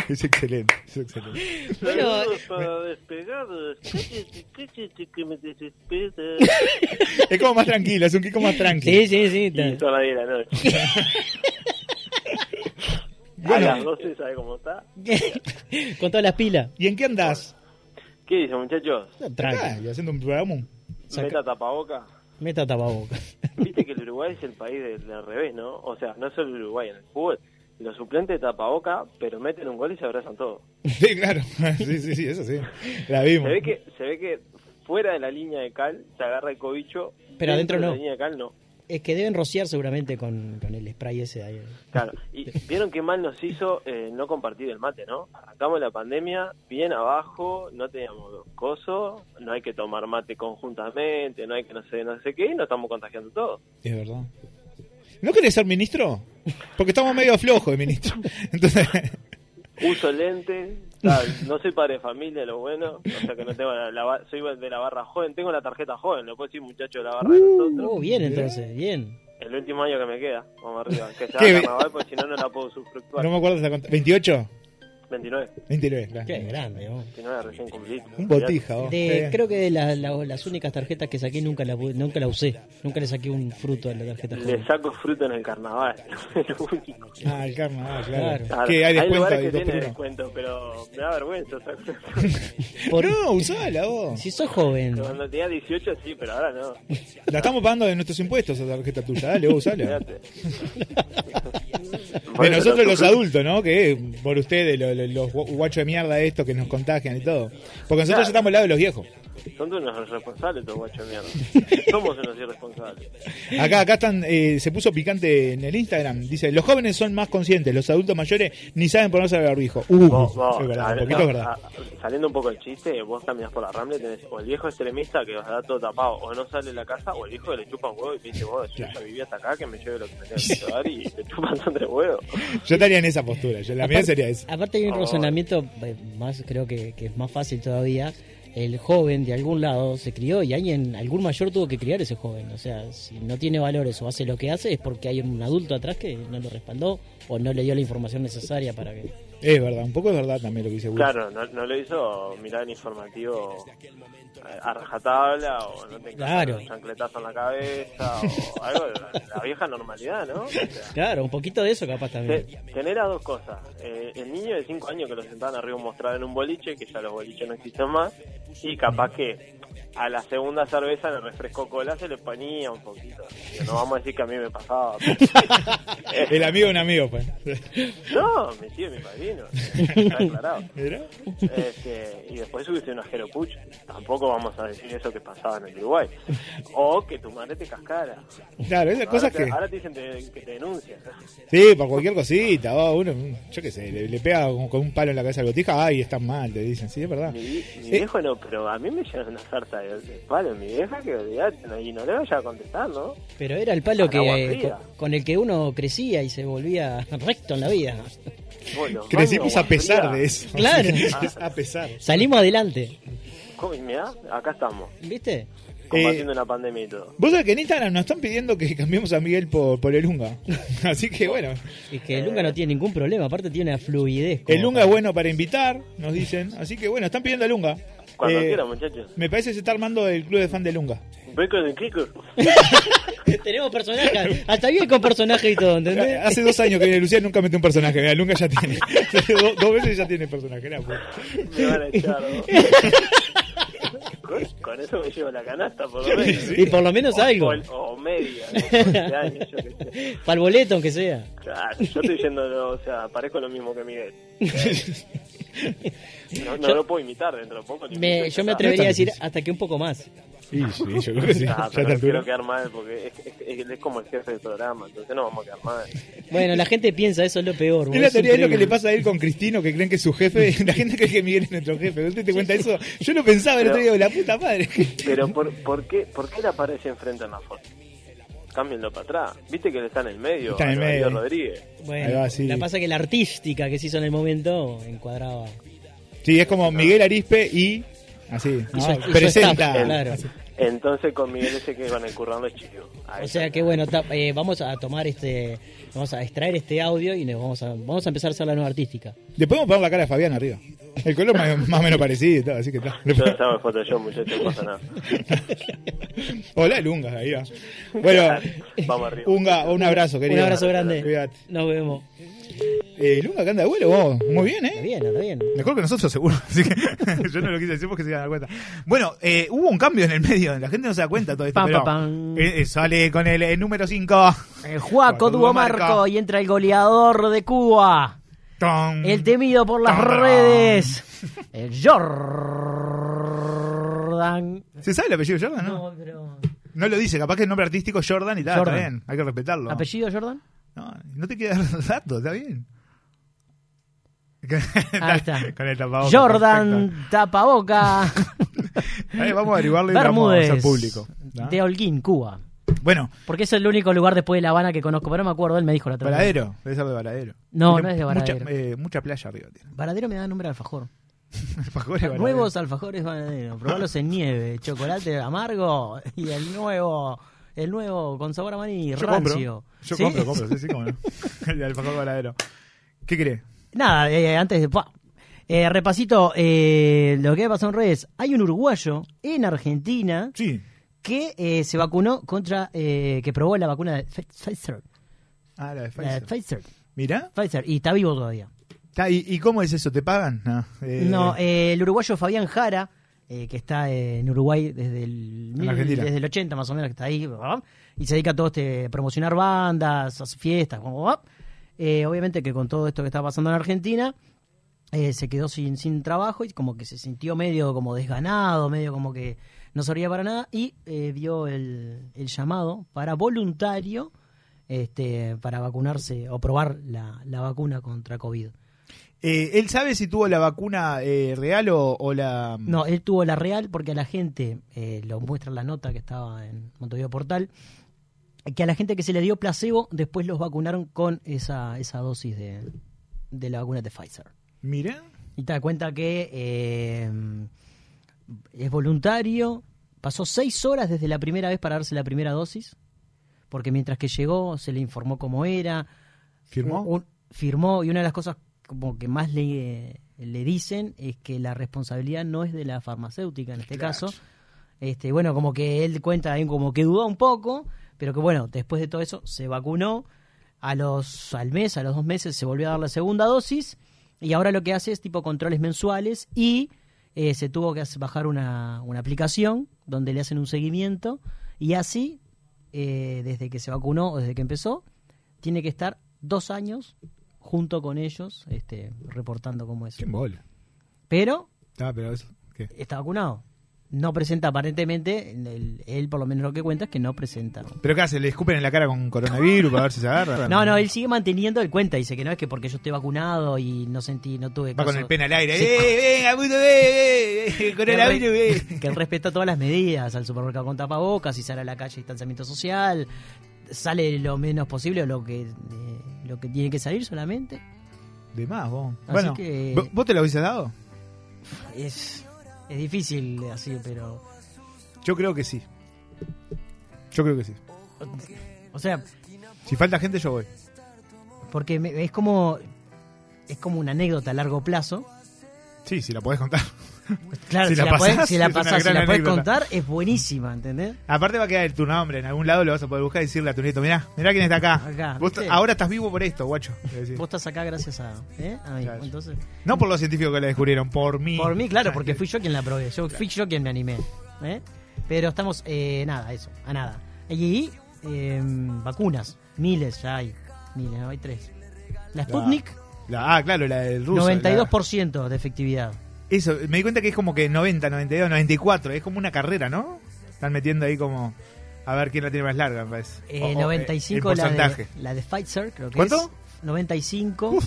Speaker 16: Es excelente, es excelente.
Speaker 18: Bueno, eh,
Speaker 13: Saludos para despegados. este, Cállate, cállate que me desesperas.
Speaker 16: Es como más tranquilo, es un Kiko más tranquilo.
Speaker 18: Sí, sí, sí.
Speaker 13: Y todavía la noche. A
Speaker 18: eh,
Speaker 13: las 12, ¿sabe cómo está?
Speaker 18: Con todas las pilas.
Speaker 16: ¿Y en qué andás?
Speaker 13: ¿Qué dice, muchachos?
Speaker 16: Acá, y haciendo un programa.
Speaker 13: Meta tapaboca.
Speaker 18: Meta tapabocas.
Speaker 13: Viste que el Uruguay es el país del, del revés, ¿no? O sea, no solo el Uruguay, en el fútbol. Los suplentes tapaboca, pero meten un gol y se abrazan todos.
Speaker 16: Sí, claro. Ah, Sí, sí, sí, eso sí. La
Speaker 13: Se
Speaker 16: vimos.
Speaker 13: ve que se ve que fuera de la línea de cal se agarra el cobicho.
Speaker 18: Pero adentro
Speaker 13: dentro de
Speaker 18: no.
Speaker 13: la línea de cal no.
Speaker 18: Es que deben rociar seguramente con, con el spray ese de ahí.
Speaker 13: Claro. Y vieron qué mal nos hizo eh, no compartir el mate, ¿no? Arrancamos la pandemia bien abajo, no teníamos coso, no hay que tomar mate conjuntamente, no hay que no sé, no sé qué, y nos estamos contagiando todos.
Speaker 16: Es verdad. ¿No querés ser ministro? Porque estamos medio flojos de ministro. Entonces,
Speaker 13: Uso lente, tal, no soy padre de familia, lo bueno, o sea que no tengo la, la ba- soy de la barra joven, tengo la tarjeta joven, lo puedo decir muchacho de la barra de
Speaker 16: Uh,
Speaker 13: nosotros.
Speaker 18: Oh, bien entonces, bien.
Speaker 13: El último año que me queda, vamos arriba, que sea
Speaker 16: ¿Qué?
Speaker 13: carnaval, porque si no, no la puedo usufructuar.
Speaker 16: no me acuerdo hasta cuánto. ¿28?
Speaker 13: 29,
Speaker 16: 29, claro.
Speaker 18: Qué grande, vos.
Speaker 13: 29 recién cumplí.
Speaker 16: Un botija, vos.
Speaker 18: De-
Speaker 16: Eh,
Speaker 18: creo que de la- la- las únicas tarjetas que saqué nunca la, pu- nunca la usé. Nunca le saqué un fruto a la tarjeta.
Speaker 13: Le saco fruto en el carnaval, lo único.
Speaker 16: Ah, el carnaval, claro.
Speaker 13: Claro,
Speaker 16: Que hay descuento
Speaker 13: lugares
Speaker 16: de
Speaker 13: que
Speaker 16: dos por
Speaker 13: tienen
Speaker 16: uno.
Speaker 13: descuento, pero me da vergüenza. o sea,
Speaker 16: No, usala vos.
Speaker 18: Si sos joven.
Speaker 13: Cuando tenía 18 sí, pero ahora no.
Speaker 16: La estamos pagando de nuestros impuestos esa tarjeta tuya. Dale, vos usala.
Speaker 13: Fíjate.
Speaker 16: De nosotros los adultos, ¿no? Que eh, por ustedes, lo- lo- los guachos de mierda estos que nos contagian y todo. Porque nosotros ya estamos al lado de los viejos.
Speaker 13: Son unos responsables estos guachos de mierda. Somos unos irresponsables.
Speaker 7: Acá, acá están, eh, se puso picante en el Instagram. Dice, los jóvenes son más conscientes, los adultos mayores ni saben ponerse el barbijo. Uh,
Speaker 13: Vos- vos,
Speaker 7: es verdad,
Speaker 13: a
Speaker 7: un
Speaker 13: ver,
Speaker 7: poquito
Speaker 13: no,
Speaker 7: es verdad.
Speaker 13: a- saliendo un poco el chiste, vos caminás por la rambla y tenés o el viejo extremista que os da todo tapado, o no sale de la casa, o el viejo que le chupa un huevo y te dice, vos, yo ya viví hasta acá, que me lleve lo que me tenga que llevar y te chupan tres huevos.
Speaker 7: Yo estaría en esa postura, yo, la mía
Speaker 18: Aparte-
Speaker 7: sería esa.
Speaker 18: Aparte
Speaker 13: Oh.
Speaker 18: hay un razonamiento eh, más, creo que, que es más fácil todavía. El joven de algún lado se crió y alguien, algún mayor tuvo que criar ese joven. O sea, si no tiene valores o hace lo que hace es porque hay un adulto atrás que no lo respaldó o no le dio la información necesaria para que...
Speaker 7: Es verdad, un poco es verdad también lo que dice Will.
Speaker 13: Claro, no, no lo hizo mirar el informativo eh, a rajatabla, o no te
Speaker 18: Claro.
Speaker 13: un chancletazo en la cabeza, o algo, de la, la vieja normalidad, ¿no? O sea,
Speaker 18: Claro, un poquito de eso capaz también.
Speaker 13: Te- genera dos cosas. Eh, el niño de 5 años que lo sentaban arriba un mostrador en un boliche, que ya los boliches no existen más, y capaz que a la segunda cerveza en el refresco cola se le ponía un poquito. Digo, No vamos a decir que a mí me pasaba. pero-
Speaker 7: El amigo de un amigo pues. fue.
Speaker 13: No, mi tío y mi padrino. Está aclarado.
Speaker 7: Mirá.
Speaker 13: Este, y después subiste una jeropucha. Tampoco vamos a decir eso que pasaba en el Uruguay. O que tu madre te cascara.
Speaker 7: Claro, esas
Speaker 13: Ahora
Speaker 7: cosas
Speaker 13: te-
Speaker 7: que-
Speaker 13: Ahora te dicen te- que te denuncian.
Speaker 7: Sí, por cualquier cosita, va, uno, yo qué sé, le, le pega con, con un palo en la cabeza al botija, ay, estás mal, te dicen, sí, es verdad.
Speaker 13: Mi, mi
Speaker 7: Eh,
Speaker 13: viejo no, pero a mí me llegan una sarta de, de palo. Mi vieja que olvidate, no- y no le vaya a contestar, ¿no?
Speaker 18: Pero era el palo
Speaker 13: Al
Speaker 18: que
Speaker 13: agua
Speaker 18: eh,
Speaker 13: fría.
Speaker 18: con, con el que uno crecía y se volvía recto en la vida.
Speaker 13: Bueno,
Speaker 7: Crecimos a
Speaker 13: vamos,
Speaker 7: pesar
Speaker 13: fría.
Speaker 7: de eso.
Speaker 18: Claro.
Speaker 7: a pesar.
Speaker 18: Salimos adelante,
Speaker 13: ¿Cómo? Y mirá, acá estamos.
Speaker 18: ¿viste?
Speaker 13: Combatiendo una pandemia y todo.
Speaker 7: Vos sabés que en Instagram nos están pidiendo que cambiemos a Miguel por, por el Unga. Así que bueno.
Speaker 18: Y que el Lunga no tiene ningún problema, aparte tiene una fluidez. como
Speaker 7: El Unga es bueno para invitar, nos dicen. Así que bueno, están pidiendo al Unga.
Speaker 13: Cuando
Speaker 7: Eh,
Speaker 13: quiera, muchachos.
Speaker 7: Me parece que se está armando el club de fan del Unga.
Speaker 13: Beco de Kiko.
Speaker 18: Tenemos personajes, hasta bien con personajes y todo, ¿entendés?
Speaker 7: Hace dos años que viene Lucía nunca metió un personaje. Mira, el Unga ya tiene. Do- dos veces ya tiene personaje. nada, pues.
Speaker 13: Me van a echar, ¿no? con, con eso me llevo la canasta, por lo menos.
Speaker 18: Y por lo menos
Speaker 13: O-
Speaker 18: algo.
Speaker 13: O, o media. ¿no? 15 años, yo qué sé.
Speaker 18: Para el boleto, aunque sea.
Speaker 13: Claro, yo estoy yendo, no, o sea, parezco lo mismo que Miguel. No, no
Speaker 18: Yo-
Speaker 13: lo puedo imitar dentro de poco. ni
Speaker 18: Me-
Speaker 13: mucho
Speaker 18: yo me
Speaker 13: empezar.
Speaker 18: atrevería a decir hasta que un poco más.
Speaker 7: Sí, sí, yo creo que sí. Ya
Speaker 13: Ah, pero
Speaker 7: a esta
Speaker 13: no
Speaker 7: altura.
Speaker 13: quiero quedar mal porque es, es- es- es como el jefe del programa, entonces no vamos a quedar mal.
Speaker 18: Bueno, la gente piensa eso es lo peor.
Speaker 7: Es
Speaker 18: boludo,
Speaker 7: la teoría de lo que
Speaker 18: increíble.
Speaker 7: le pasa a él con Cristino, que creen que es su jefe. La gente cree que Miguel es nuestro jefe. ¿Usted te cuenta eso? Yo lo pensaba el otro día, digo, la puta madre.
Speaker 13: Pero ¿por, por, qué, ¿por qué le aparece enfrente en la foto? Cámbienlo para atrás. Viste que le está en el medio.
Speaker 7: Está en el
Speaker 13: a Darío
Speaker 7: medio.
Speaker 13: Rodríguez.
Speaker 7: Ahí
Speaker 18: Bueno,
Speaker 7: va, sí.
Speaker 18: la pasa que la artística que se hizo en el momento encuadraba.
Speaker 7: Sí, es como Miguel Arispe y. Así.
Speaker 18: Y
Speaker 7: ¿no?
Speaker 18: su- y su
Speaker 7: presenta.
Speaker 18: staff, claro.
Speaker 13: Entonces con Miguel ese que van encurrando es chido. Ahí
Speaker 18: O sea
Speaker 13: está.
Speaker 18: que bueno, ta- eh, vamos a tomar este, vamos a extraer este audio y nos vamos a, vamos a empezar a hacer la nueva artística.
Speaker 7: Le podemos poner la cara de Fabián arriba. El color más, más o menos parecido y todo, así que está. Le
Speaker 13: Yo
Speaker 7: podemos-
Speaker 13: estaba en Photoshop, muchachos, no pasa nada.
Speaker 7: Hola, el Unga, ahí va. Bueno,
Speaker 13: Vamos arriba.
Speaker 7: Unga, un abrazo, querido.
Speaker 18: Un abrazo grande.
Speaker 7: Cuídate.
Speaker 18: Nos vemos.
Speaker 7: Eh, el Unga que anda de vuelo, vos. Muy bien, ¿eh?
Speaker 18: Está bien, está bien.
Speaker 16: Mejor que nosotros, seguro. Así que yo no lo quise decir porque se iban a dar cuenta. Bueno, eh, hubo un cambio en el medio. La gente no se da cuenta de todo esto.
Speaker 18: Pam,
Speaker 16: pero,
Speaker 18: pam, pam.
Speaker 16: eh, eh, sale con el eh, número 5.
Speaker 18: El Juaco Duo Marco y entra el goleador de Cuba. El temido por las redes. El Jordan.
Speaker 16: ¿Se sabe el apellido Jordan, no?
Speaker 18: No, pero-
Speaker 16: No lo dice, capaz que el nombre artístico es Jordan y tal,
Speaker 18: Jordan.
Speaker 16: está bien, hay que respetarlo.
Speaker 18: ¿Apellido Jordan?
Speaker 16: No, no te queda datos, está bien.
Speaker 18: Ahí está.
Speaker 16: Con el tapabocas,
Speaker 18: Jordan Tapaboca.
Speaker 16: perfecto. Ahí vamos a averiguarlo y lo vamos a
Speaker 18: Bermúdez.
Speaker 16: hacer público. ¿no?
Speaker 18: De Holguín, Cuba.
Speaker 16: Bueno,
Speaker 18: Porque es el único lugar después de La Habana que conozco, pero no me acuerdo, él me dijo la otra vez.
Speaker 16: Varadero, debe ser de Varadero.
Speaker 18: No,
Speaker 16: Tiene
Speaker 18: no es de Varadero.
Speaker 16: Mucha, eh, mucha playa arriba tiene.
Speaker 18: Varadero me da nombre de alfajor.
Speaker 16: Alfajores Varadero.
Speaker 18: Nuevos alfajores Varadero. Probalos en nieve, chocolate amargo y el nuevo, el nuevo con sabor amarillo,
Speaker 16: Yo
Speaker 18: rancio.
Speaker 16: compro, yo
Speaker 18: ¿Sí?
Speaker 16: compro, compro, sí, sí, cómo no. El alfajor Varadero. ¿Qué crees?
Speaker 18: Nada, eh, antes de... pa. Eh, repasito eh, lo que pasó en redes. Hay un uruguayo en Argentina
Speaker 16: Sí.
Speaker 18: que eh, se vacunó contra... eh, que probó la vacuna de Pfizer.
Speaker 16: Ah, la de
Speaker 18: La de
Speaker 16: Pfizer.
Speaker 18: Pfizer.
Speaker 16: Mirá.
Speaker 18: Pfizer. Y está vivo todavía.
Speaker 16: Está, ¿Y, y cómo es eso? ¿Te pagan? No, eh,
Speaker 18: No, eh, el uruguayo Fabián Jara, eh, que está eh, en Uruguay desde el, mil-
Speaker 16: Argentina.
Speaker 18: desde el 80 más o menos, que está ahí, ¿verdad? y se dedica a todo este, promocionar bandas, hace fiestas, como, ¿verdad? Eh, obviamente que con todo esto que está pasando en Argentina, eh, se quedó sin, sin trabajo y como que se sintió medio como desganado, medio como que no servía para nada y eh, vio el, el llamado para voluntario este, para vacunarse o probar la, la vacuna contra COVID.
Speaker 16: Eh, ¿Él sabe si tuvo la vacuna eh, real o, o la... mm?
Speaker 18: No, él tuvo la real porque a la gente, eh, lo muestra en la nota que estaba en Montevideo Portal, que a la gente que se le dio placebo después los vacunaron con esa, esa dosis de, de la vacuna de Pfizer.
Speaker 16: Mira.
Speaker 18: Y te das cuenta que eh, es voluntario, pasó seis horas desde la primera vez para darse la primera dosis, porque mientras que llegó se le informó cómo era.
Speaker 16: ¿Firmó?
Speaker 18: Un- un- firmó y una de las cosas como que más le, le dicen es que la responsabilidad no es de la farmacéutica en este caso. Este, bueno, como que él cuenta ahí como que dudó un poco, pero que bueno, después de todo eso se vacunó, a los, al mes, a los dos meses se volvió a dar la segunda dosis y ahora lo que hace es tipo controles mensuales y eh, se tuvo que hacer- bajar una, una aplicación donde le hacen un seguimiento y así, eh, desde que se vacunó o desde que empezó, tiene que estar dos años junto con ellos este, reportando cómo es. Pero
Speaker 16: Ah, pero eso, ¿qué?
Speaker 18: está vacunado. No presenta aparentemente, el- él por lo menos lo que cuenta es que no presenta.
Speaker 16: ¿Pero qué hace? ¿Le escupen en la cara con coronavirus para ver si se agarra?
Speaker 18: No, no, él sigue manteniendo el cuenta. Dice que no es que porque yo estoy vacunado y no sentí, no tuve.
Speaker 16: Va con el pene al aire.
Speaker 18: Sí.
Speaker 16: ¡Eh, venga, puto, eh, eh, eh, coronavirus, eh!
Speaker 18: Que él respeta todas las medidas, al supermercado con tapabocas, si sale a la calle distanciamiento social, sale lo menos posible o lo que eh, lo que tiene que salir solamente.
Speaker 16: De más, vos.
Speaker 18: Así
Speaker 16: bueno,
Speaker 18: que-
Speaker 16: ¿vo- ¿vos te lo hubiese dado?
Speaker 18: Es, es difícil así, pero
Speaker 16: Yo creo que sí. Yo creo que sí.
Speaker 18: o sea,
Speaker 16: Si falta gente, yo voy.
Speaker 18: porque me- es como es como una anécdota a largo plazo.
Speaker 16: Sí, si la podés contar.
Speaker 18: Claro, si, la,
Speaker 16: pasás,
Speaker 18: podés, si la
Speaker 16: es una
Speaker 18: pasás, si
Speaker 16: gran
Speaker 18: la podés
Speaker 16: anécdota.
Speaker 18: contar, es buenísima, ¿entendés?
Speaker 16: Aparte va a quedar tu nombre, en algún lado lo vas a poder buscar y decirle a tu nieto, mirá, mirá quién está acá.
Speaker 18: Acá,
Speaker 16: Vos
Speaker 18: Ah, ¿viste?
Speaker 16: t- ahora estás vivo por esto, guacho. le decís.
Speaker 18: Vos estás acá gracias a, ¿eh? a mí. Entonces,
Speaker 16: No por los científicos que la descubrieron, por mí. Ah,
Speaker 18: Por mí, claro, porque fui yo quien la probé. Yo fui yo quien me animé. ¿eh? Pero estamos, eh, nada, eso, a nada. Y eh, vacunas, miles ya hay. Miles, ¿no? hay tres. La Sputnik,
Speaker 16: La- ah, claro, la del ruso.
Speaker 18: 92% de efectividad.
Speaker 16: la- eso, me di cuenta que es como que 90, 92, 94. Es como una carrera, ¿no? Están metiendo ahí como... A ver quién la tiene más larga, me parece.
Speaker 18: Eh,
Speaker 16: O- o, eh,
Speaker 18: 95
Speaker 16: el
Speaker 18: la
Speaker 16: porcentaje.
Speaker 18: de, la de Pfizer, creo que
Speaker 16: ¿Cuánto?
Speaker 18: es. 95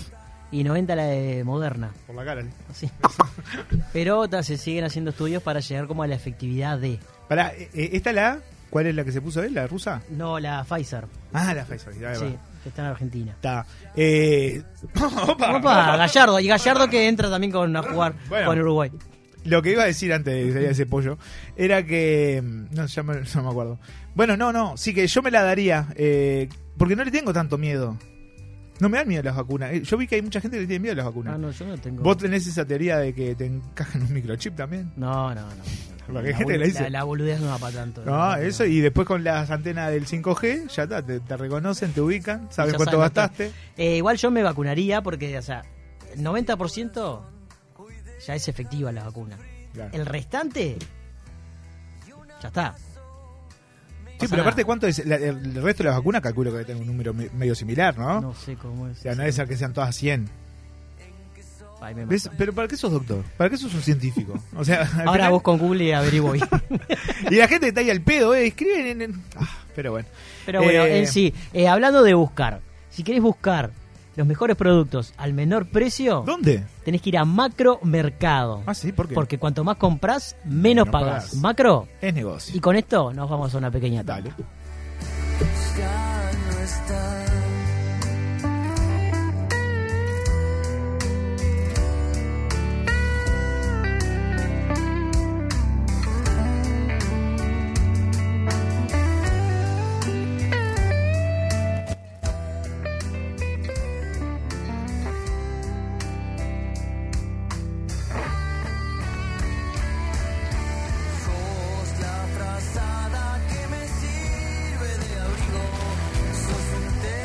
Speaker 18: y 90 la de Moderna.
Speaker 16: Por la cara. ¿eh?
Speaker 18: Sí. Pero ta, se siguen haciendo estudios para llegar como a la efectividad de...
Speaker 16: Pará, eh, eh, ¿esta la? ¿Cuál es la que se puso él? ¿La rusa?
Speaker 18: No, la Pfizer.
Speaker 16: Ah, la Pfizer. ahí va.
Speaker 18: Sí, que está en Argentina.
Speaker 16: Está. Eh,
Speaker 18: Opa, Gallardo. Y Gallardo que entra también con a jugar
Speaker 16: Bueno.
Speaker 18: con Uruguay.
Speaker 16: Lo que iba a decir antes de que saliera ese pollo era que. mm, No, ya me, no me acuerdo. Bueno, no, no. Sí, que yo me la daría. eh, porque no le tengo tanto miedo. No me dan miedo las vacunas. Eh, Yo vi que hay mucha gente que le tiene miedo a las vacunas.
Speaker 18: Ah, no, yo no tengo.
Speaker 16: ¿Vos tenés esa teoría de que te encajan un microchip también?
Speaker 18: No, no, no.
Speaker 16: Porque hay
Speaker 18: La
Speaker 16: gente que
Speaker 18: bol-
Speaker 16: la dice.
Speaker 18: La, la boludez no va para tanto.
Speaker 16: No, eso. Y después con las antenas del 5G, ya está. Te, te reconocen, te ubican, saben
Speaker 18: Ya
Speaker 16: cuánto
Speaker 18: saben,
Speaker 16: gastaste.
Speaker 18: Eh, igual yo me vacunaría porque, o sea, el 90% ya es efectiva la vacuna.
Speaker 16: Claro.
Speaker 18: El restante, ya está.
Speaker 16: Sí, pero aparte, ¿cuánto es? La- el el resto de las vacunas calculo que tengo un número me- medio similar, ¿no?
Speaker 18: No sé cómo es.
Speaker 16: O sea, no es a que sean todas 100.
Speaker 18: Ay, me
Speaker 16: ¿Ves?
Speaker 18: mata.
Speaker 16: Pero ¿para qué sos doctor? ¿Para qué sos un científico? O sea, al
Speaker 18: Ahora
Speaker 16: final-
Speaker 18: vos con Google averiguo. bien.
Speaker 16: y la gente está ahí al pedo, ¿eh? Escriben en... en- Ah, pero bueno.
Speaker 18: Pero bueno,
Speaker 16: Eh,
Speaker 18: en sí, eh, hablando de buscar, si querés buscar los mejores productos al menor precio,
Speaker 16: ¿Dónde?
Speaker 18: Tenés que ir a Macro Mercado.
Speaker 16: Ah, sí, ¿por qué?
Speaker 18: Porque cuanto más compras, menos
Speaker 16: Menos
Speaker 18: pagás.
Speaker 16: pagás.
Speaker 18: Macro.
Speaker 16: Es negocio.
Speaker 18: Y con esto nos vamos a una pequeña tala.
Speaker 5: Ya no está. Sos la frazada que me sirve de abrigo. Sos un té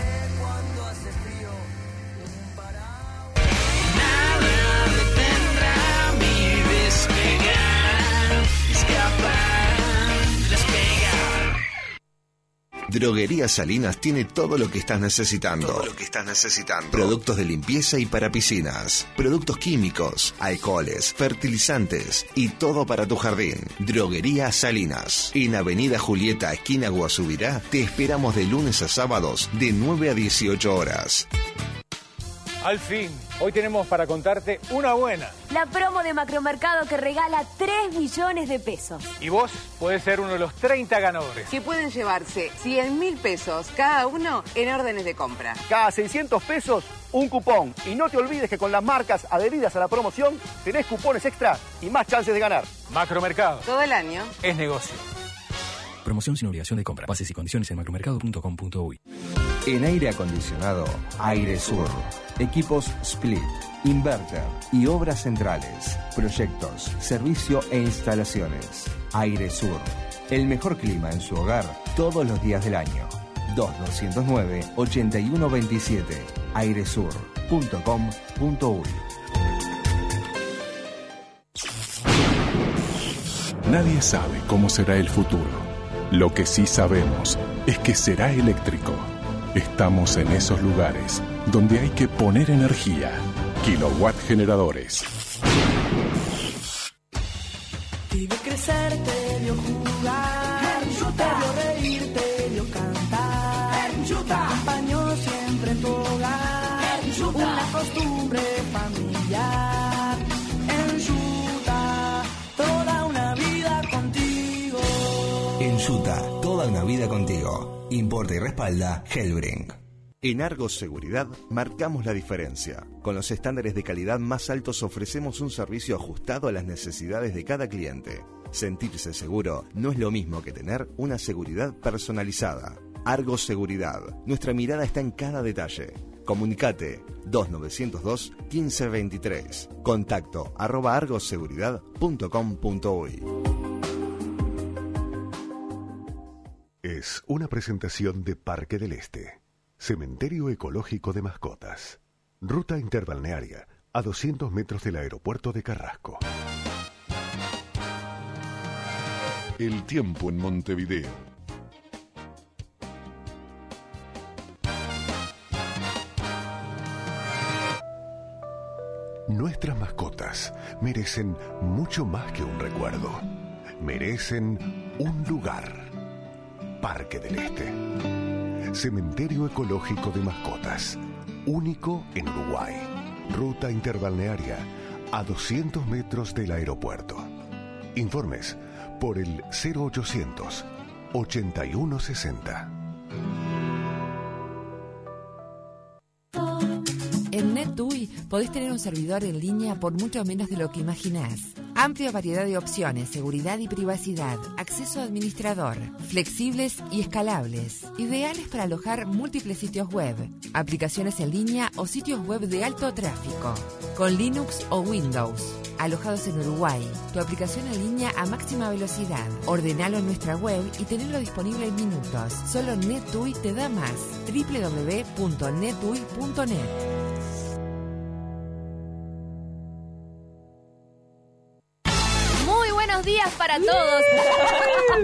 Speaker 1: Droguería Salinas tiene todo lo que estás necesitando. Todo lo que estás necesitando. Productos de limpieza y para piscinas, productos químicos, alcoholes, fertilizantes y todo para tu jardín. Droguería Salinas. En Avenida Julieta, esquina Guasubirá, te esperamos de lunes a sábados de 9 a 18 horas.
Speaker 11: Al fin, hoy tenemos para contarte una buena.
Speaker 15: La promo de Macromercado que regala 3 millones de pesos.
Speaker 11: Y vos podés ser uno de los 30 ganadores.
Speaker 26: que pueden llevarse 100 mil pesos cada uno en órdenes de compra.
Speaker 27: Cada 600 pesos, un cupón. Y no te olvides que con las marcas adheridas a la promoción tenés cupones extra y más chances de ganar.
Speaker 11: Macromercado
Speaker 26: Todo el año.
Speaker 11: es negocio.
Speaker 28: Promoción sin obligación de compra. Bases y condiciones en macromercado.com.uy.
Speaker 1: En aire acondicionado, Aire Sur. Equipos Split, Inverter y Obras Centrales. Proyectos, servicio e instalaciones. Aire Sur. El mejor clima en su hogar todos los días del año. 2209-8127. airesur.com.uy.
Speaker 2: Nadie sabe cómo será el futuro. Lo que sí sabemos es que será eléctrico. Estamos en esos lugares donde hay que poner energía. Kilowatt generadores.
Speaker 5: Te vio crecer, te vio jugar. Te vio reír, te vio cantar. Te acompañó siempre en tu hogar. Una costumbre familiar. En Yuta, toda una vida contigo.
Speaker 1: En Utah, toda una vida contigo. Importa y respalda Hellbrink. En Argos Seguridad marcamos la diferencia. Con los estándares de calidad más altos ofrecemos un servicio ajustado a las necesidades de cada cliente. Sentirse seguro no es lo mismo que tener una seguridad personalizada. Argos Seguridad. Nuestra mirada está en cada detalle. Comunicate 2902 1523. Contacto arroba argoseguridad.com.uy.
Speaker 29: Es una presentación de Parque del Este, Cementerio Ecológico de Mascotas, ruta interbalnearia a 200 metros del aeropuerto de Carrasco.
Speaker 2: El tiempo en Montevideo.
Speaker 29: Nuestras mascotas merecen mucho más que un recuerdo. Merecen un lugar. Parque del Este. Cementerio Ecológico de Mascotas. Único en Uruguay. Ruta interbalnearia a 200 metros del aeropuerto. Informes por el 0800 8160.
Speaker 30: En NetUI podés tener un servidor en línea por mucho menos de lo que imaginás. Amplia variedad de opciones, seguridad y privacidad, acceso a administrador, flexibles y escalables, ideales para alojar múltiples sitios web, aplicaciones en línea o sitios web de alto tráfico, con Linux o Windows. Alojados en Uruguay, tu aplicación en línea a máxima velocidad. Ordenalo en nuestra web y tenerlo disponible en minutos. Solo NetUI te da más. www.netui.net
Speaker 31: Muy buenos días para todos.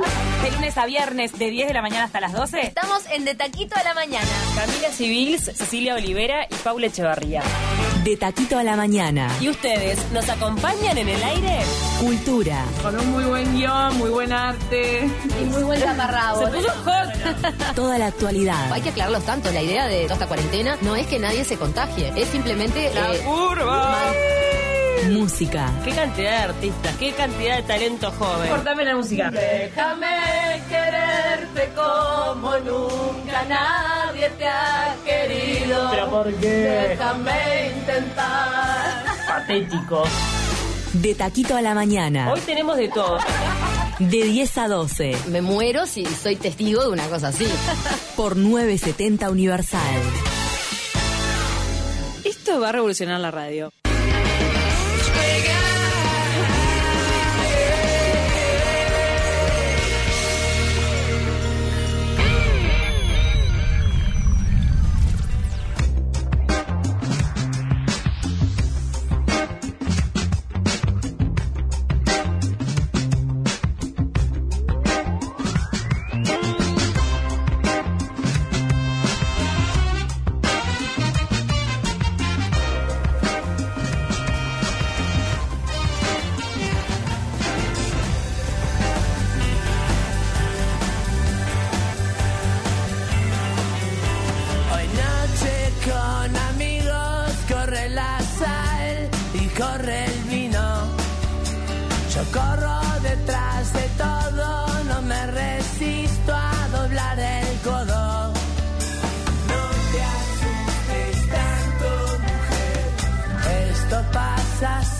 Speaker 31: De lunes a viernes, de 10 de la mañana hasta las 12. Estamos en De Taquito a la Mañana. Camila Civils, Cecilia Olivera y Paula Echevarría.
Speaker 3: De Taquito a la Mañana.
Speaker 31: ¿Y ustedes nos acompañan en el aire?
Speaker 3: Cultura.
Speaker 31: Con un muy buen guión, muy buen arte. Y muy buen ¿eh? taparrabo. Se puso hot.
Speaker 3: Toda la actualidad.
Speaker 32: Hay que aclararlos tanto. La idea de toda esta cuarentena no es que nadie se contagie. Es simplemente.
Speaker 31: La
Speaker 32: eh,
Speaker 31: curva.
Speaker 3: Música.
Speaker 31: Qué cantidad de artistas, qué cantidad de talento joven. Cortame la música.
Speaker 33: Déjame quererte como nunca nadie te ha querido.
Speaker 31: ¿Pero por qué?
Speaker 33: Déjame intentar.
Speaker 31: Patético.
Speaker 3: De Taquito a la Mañana.
Speaker 31: Hoy tenemos de todo.
Speaker 3: De 10 a 12.
Speaker 32: Me muero si soy testigo de una cosa así.
Speaker 3: Por 970 Universal.
Speaker 31: Esto va a revolucionar la radio.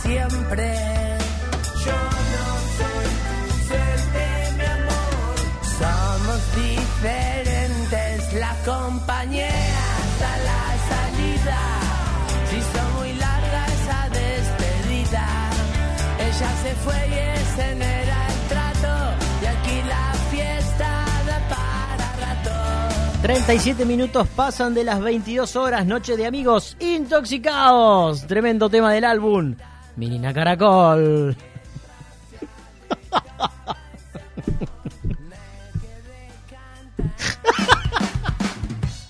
Speaker 5: siempre. Yo no soy suerte, mi amor. Somos diferentes, la compañía hasta la salida. Si son muy larga esa despedida, ella se fue y ese no era el trato. Y aquí la fiesta da para rato.
Speaker 18: 37 minutos pasan de las 22 horas, noche de amigos intoxicados. Tremendo tema del álbum. Mirina Caracol.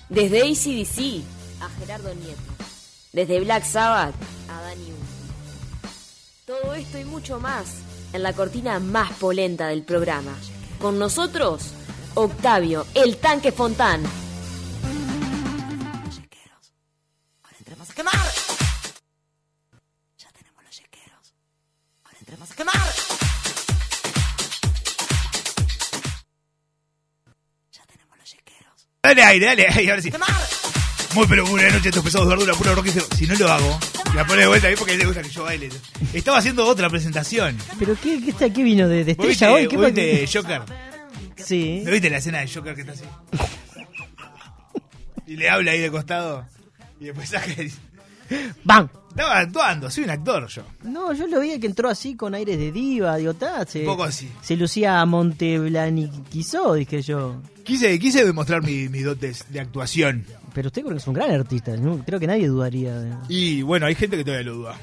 Speaker 15: Desde ACDC a Gerardo Nieto. Desde Black Sabbath a Dani Uno. Todo esto y mucho más en la cortina más polenta del programa. Con nosotros, Octavio, el tanque Fontán.
Speaker 5: entremos a quemar. Ya tenemos los yequeros. Ahora entremos a quemar.
Speaker 16: Dale aire, dale aire, ahora sí. Muy pero muy buena noche, estos pesados de verdura, puro rock. y cero. Si no lo hago, la pone de vuelta ahí porque a él le gusta que yo baile. Estaba haciendo otra presentación.
Speaker 18: ¿Pero qué, qué, está- qué vino? ¿De, de
Speaker 16: ¿Vos
Speaker 18: estrella hoy?
Speaker 16: viste,
Speaker 18: ¿Qué
Speaker 16: vos
Speaker 18: pa-
Speaker 16: viste Joker?
Speaker 18: Sí.
Speaker 16: ¿No viste la escena de Joker que está así? Y le habla ahí de costado. Y después saca y dice,
Speaker 18: ¡Bam!
Speaker 16: Estaba actuando, soy un actor yo.
Speaker 18: No, yo lo vi que entró así con aires de diva, digo, tá, se,
Speaker 16: Un poco así.
Speaker 18: se lucía a Monteblaniquizó, dije yo.
Speaker 16: Quise, quise demostrar mi- mis dotes de actuación.
Speaker 18: Pero usted creo que es un gran artista, ¿no? creo que nadie dudaría. de-
Speaker 16: Y bueno, hay gente que todavía lo duda.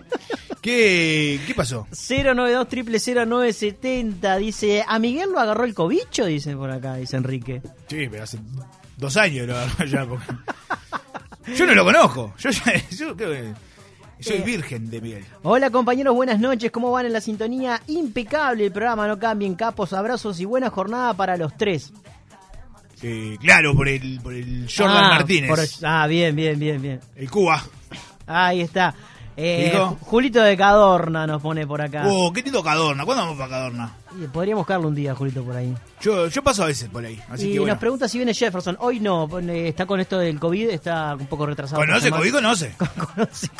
Speaker 16: ¿Qué, qué pasó?
Speaker 18: 092 0970 dice, a Miguel lo agarró el cobicho, dice por acá, dice Enrique.
Speaker 16: Sí, pero hace dos años lo agarró ya. porque- Yo no lo conozco. Yo, ya- yo creo que soy
Speaker 18: Eh.
Speaker 16: virgen de Miguel.
Speaker 18: Hola compañeros, buenas noches, ¿cómo van en la sintonía? Impecable el programa, no cambien capos, abrazos y buena jornada para los tres.
Speaker 16: Eh, claro, por el, por el Jordan
Speaker 18: Ah,
Speaker 16: Martínez.
Speaker 18: por- ah, bien, bien, bien, bien.
Speaker 16: El Cuba.
Speaker 18: Ahí está. Eh,
Speaker 16: Dijo.
Speaker 18: Ju- Julito de Cadorna nos pone por acá.
Speaker 16: Oh, qué lindo Cadorna. ¿Cuándo vamos para Cadorna?
Speaker 18: Y Podríamos buscarlo un día, Julito, por ahí.
Speaker 16: Yo, yo paso a veces por ahí. Así
Speaker 18: y
Speaker 16: que bueno.
Speaker 18: nos pregunta si viene Jefferson. Hoy no, eh, está con esto del COVID, está un poco retrasado.
Speaker 16: ¿Conoce?
Speaker 18: Por
Speaker 16: COVID
Speaker 18: semana.
Speaker 16: conoce.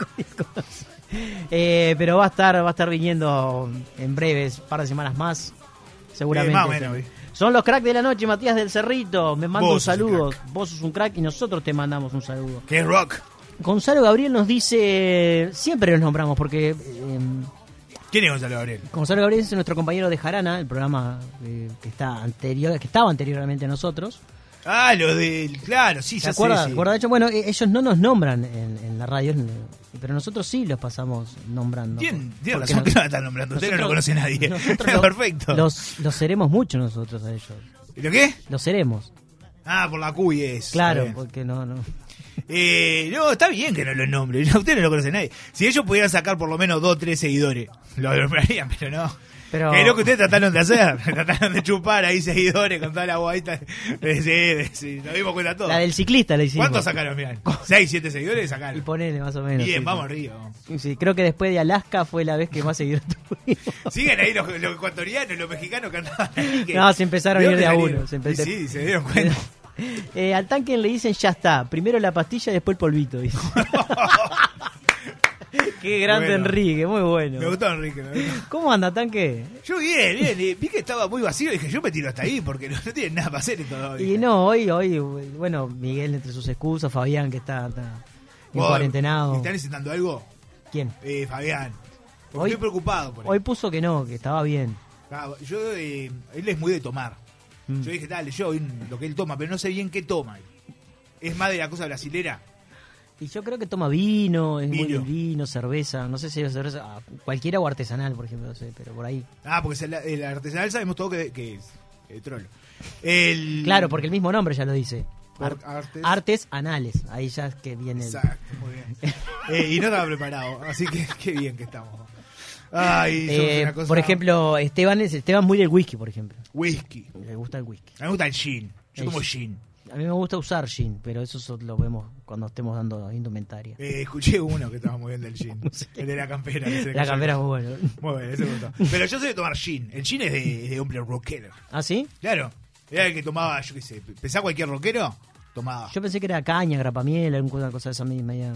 Speaker 18: Eh, pero va a estar va a estar viniendo en breves, par de semanas más, seguramente.
Speaker 16: Eh, más o menos, eh.
Speaker 18: Son los cracks de la noche, Matías del Cerrito. Me manda
Speaker 16: Vos
Speaker 18: un
Speaker 16: sos un
Speaker 18: saludo. Vos sos un crack y nosotros te mandamos un saludo.
Speaker 16: Que es rock.
Speaker 18: Gonzalo Gabriel nos dice, siempre los nombramos porque eh,
Speaker 16: ¿Quién es Gonzalo Gabriel?
Speaker 18: Gonzalo Gabriel es nuestro compañero de Jarana, el programa eh, que está anterior, que estaba anteriormente a nosotros.
Speaker 16: Ah, lo del. Claro, sí,
Speaker 18: ¿Se
Speaker 16: ya sé,
Speaker 18: acuerda?
Speaker 16: sí.
Speaker 18: ¿Acuerda? De hecho, bueno, eh, ellos no nos nombran en, en la radio, eh, pero nosotros sí los pasamos nombrando.
Speaker 16: Bien, tiene
Speaker 18: Porque
Speaker 16: razón
Speaker 18: nos-
Speaker 16: que no la están nombrando. Usted no lo
Speaker 18: nosotros-
Speaker 16: conoce nadie.
Speaker 18: nosotros lo-
Speaker 16: Perfecto.
Speaker 18: Los, los seremos mucho nosotros a ellos.
Speaker 16: ¿Lo qué?
Speaker 18: Los seremos.
Speaker 16: Ah, por la cuy es.
Speaker 18: Claro,
Speaker 16: Está bien.
Speaker 18: porque no, no.
Speaker 16: Eh, no, está bien que no lo nombre. Usted no lo conoce nadie. Si ellos pudieran sacar por lo menos dos o tres seguidores, lo nombrarían, pero no.
Speaker 18: Pero-
Speaker 16: Que es lo que ustedes trataron de hacer. trataron de chupar ahí seguidores con toda la guaita. Eh, Sí, sí, nos dimos cuenta todos.
Speaker 18: La del ciclista la hicimos.
Speaker 16: Oh. ¿Cuántos sacaron? Mirá, ¿Seis, siete seguidores sacaron?
Speaker 18: Y ponele más o menos.
Speaker 16: Bien,
Speaker 18: sí,
Speaker 16: vamos
Speaker 18: sí.
Speaker 16: arriba.
Speaker 18: Sí, creo que después de Alaska fue la vez que más seguidores tuvimos.
Speaker 16: Siguen ahí los, los ecuatorianos, los mexicanos que andaban ahí. que-
Speaker 18: No, se empezaron a ir
Speaker 16: dónde
Speaker 18: de a
Speaker 16: salieron?
Speaker 18: uno. Se
Speaker 16: Y
Speaker 18: empe-
Speaker 16: sí, se dieron cuenta.
Speaker 18: Eh, al tanque le dicen ya está. Primero la pastilla, después el polvito. dice. Qué grande
Speaker 16: Bueno.
Speaker 18: Enrique, muy bueno.
Speaker 16: Me gustó Enrique. me gustó.
Speaker 18: ¿Cómo anda, tanque?
Speaker 16: Yo bien, bien. y Vi que estaba muy vacío y dije, yo me tiro hasta ahí porque no, no tienen nada para hacer en todo hoy.
Speaker 18: Y no, hoy, hoy, bueno, Miguel entre sus excusas, Fabián que está, está en
Speaker 16: Vos,
Speaker 18: cuarentenado.
Speaker 16: ¿Están necesitando algo?
Speaker 18: ¿Quién?
Speaker 16: Eh, Fabián. Porque
Speaker 18: Hoy-
Speaker 16: estoy preocupado por él.
Speaker 18: Hoy puso que no, que estaba bien.
Speaker 16: Ah, yo, eh, él es muy de tomar.
Speaker 18: Mm.
Speaker 16: Yo dije, dale, yo mm, lo que él toma, pero no sé bien qué toma. Es más de la cosa brasilera.
Speaker 18: Y yo creo que toma vino, es muy
Speaker 16: Vino.
Speaker 18: del vino, cerveza, no sé si es cerveza, ah, cualquiera o artesanal, por ejemplo, no sé, pero por ahí.
Speaker 16: Ah, porque es el, el artesanal sabemos todo que, que es eh, trolo. El,
Speaker 18: Claro, porque el mismo nombre ya lo dice.
Speaker 16: Por-
Speaker 18: Ar-
Speaker 16: artes-
Speaker 18: artes anales, ahí ya es que viene el...
Speaker 16: Exacto, muy bien. Eh, y no estaba preparado, así que qué bien que estamos. Ay, somos
Speaker 18: Eh,
Speaker 16: una cosa-
Speaker 18: por ejemplo, Esteban es Esteban muy del whisky, por ejemplo.
Speaker 16: Whisky.
Speaker 18: Le gusta el whisky.
Speaker 16: A mí me gusta el gin. Yo
Speaker 18: El
Speaker 16: como
Speaker 18: gin.
Speaker 16: gin.
Speaker 18: A mí me gusta usar gin, pero eso so- lo vemos cuando estemos dando indumentaria.
Speaker 16: Eh, escuché uno que estaba muy bien del gin. El de la campera. que se le
Speaker 18: La
Speaker 16: cayó.
Speaker 18: campera es muy bueno.
Speaker 16: Muy bien, ese me gustó. Pero yo soy de tomar gin. El gin es de, es de hombre rockero.
Speaker 18: ¿Ah, sí?
Speaker 16: Claro. Era el que tomaba, yo qué sé, pensaba cualquier rockero, tomaba.
Speaker 18: Yo pensé que era caña, grapamiel, alguna cosa de esa misma. ya.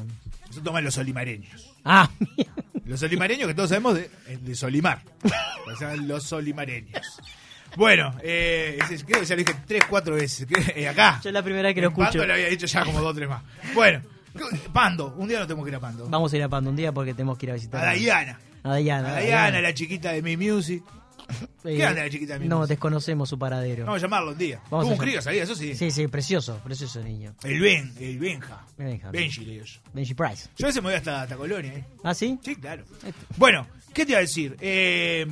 Speaker 16: Eso toman los olimareños.
Speaker 18: Ah, bien.
Speaker 16: Los solimareños que todos sabemos de, eh, de Solimar. O sea, los solimareños. Bueno, eh, ese- creo que ya lo dije tres, cuatro veces. que- eh, acá.
Speaker 18: Yo es la primera vez que lo
Speaker 16: En Pando
Speaker 18: escucho.
Speaker 16: lo había dicho ya como dos o tres más. Bueno, Pando. Un día no tenemos que ir a Pando.
Speaker 18: Vamos a ir a Pando un día porque tenemos que ir a visitar
Speaker 16: A Dayana.
Speaker 18: A Dayana.
Speaker 16: A Diana, la chiquita de Mi Music.
Speaker 18: Eh,
Speaker 16: ¿Qué anda la chiquita de Mi
Speaker 18: No,
Speaker 16: Music?
Speaker 18: desconocemos su paradero.
Speaker 16: Vamos a llamarlo un día.
Speaker 18: Vamos
Speaker 16: Tuvo
Speaker 18: a
Speaker 16: un
Speaker 18: llam-
Speaker 16: crío, sabía, eso sí.
Speaker 18: Sí, sí, precioso, precioso niño.
Speaker 16: El Ben, el Benja.
Speaker 18: Benja.
Speaker 16: Benji, le digo yo.
Speaker 18: Benji Price.
Speaker 16: Yo a veces me voy hasta, hasta Colonia, ¿eh?
Speaker 18: ¿Ah, sí?
Speaker 16: Sí, claro. Bueno, ¿qué te iba a decir? Eh,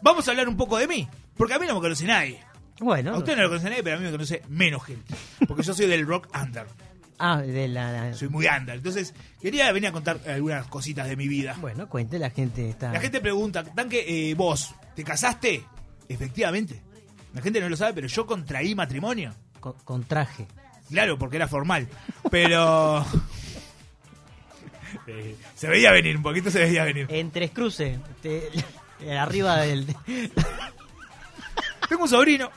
Speaker 16: vamos a hablar un poco de mí, porque a mí no me conoce nadie.
Speaker 18: Bueno.
Speaker 16: A usted no lo conoce nadie, pero a mí me conoce menos gente. Porque yo soy del rock under.
Speaker 18: Ah, de la... la-
Speaker 16: Soy muy under. Entonces, quería venir a contar algunas cositas de mi vida.
Speaker 18: Bueno, cuente, la gente está...
Speaker 16: La gente pregunta, Tanque, eh, vos, ¿te casaste? Efectivamente. La gente no lo sabe, pero yo contraí matrimonio.
Speaker 18: Con, con traje.
Speaker 16: Claro, porque era formal. Pero. Eh, se veía venir, un poquito se veía venir.
Speaker 18: En Tres Cruces, te- arriba del...
Speaker 16: Tengo un sobrino,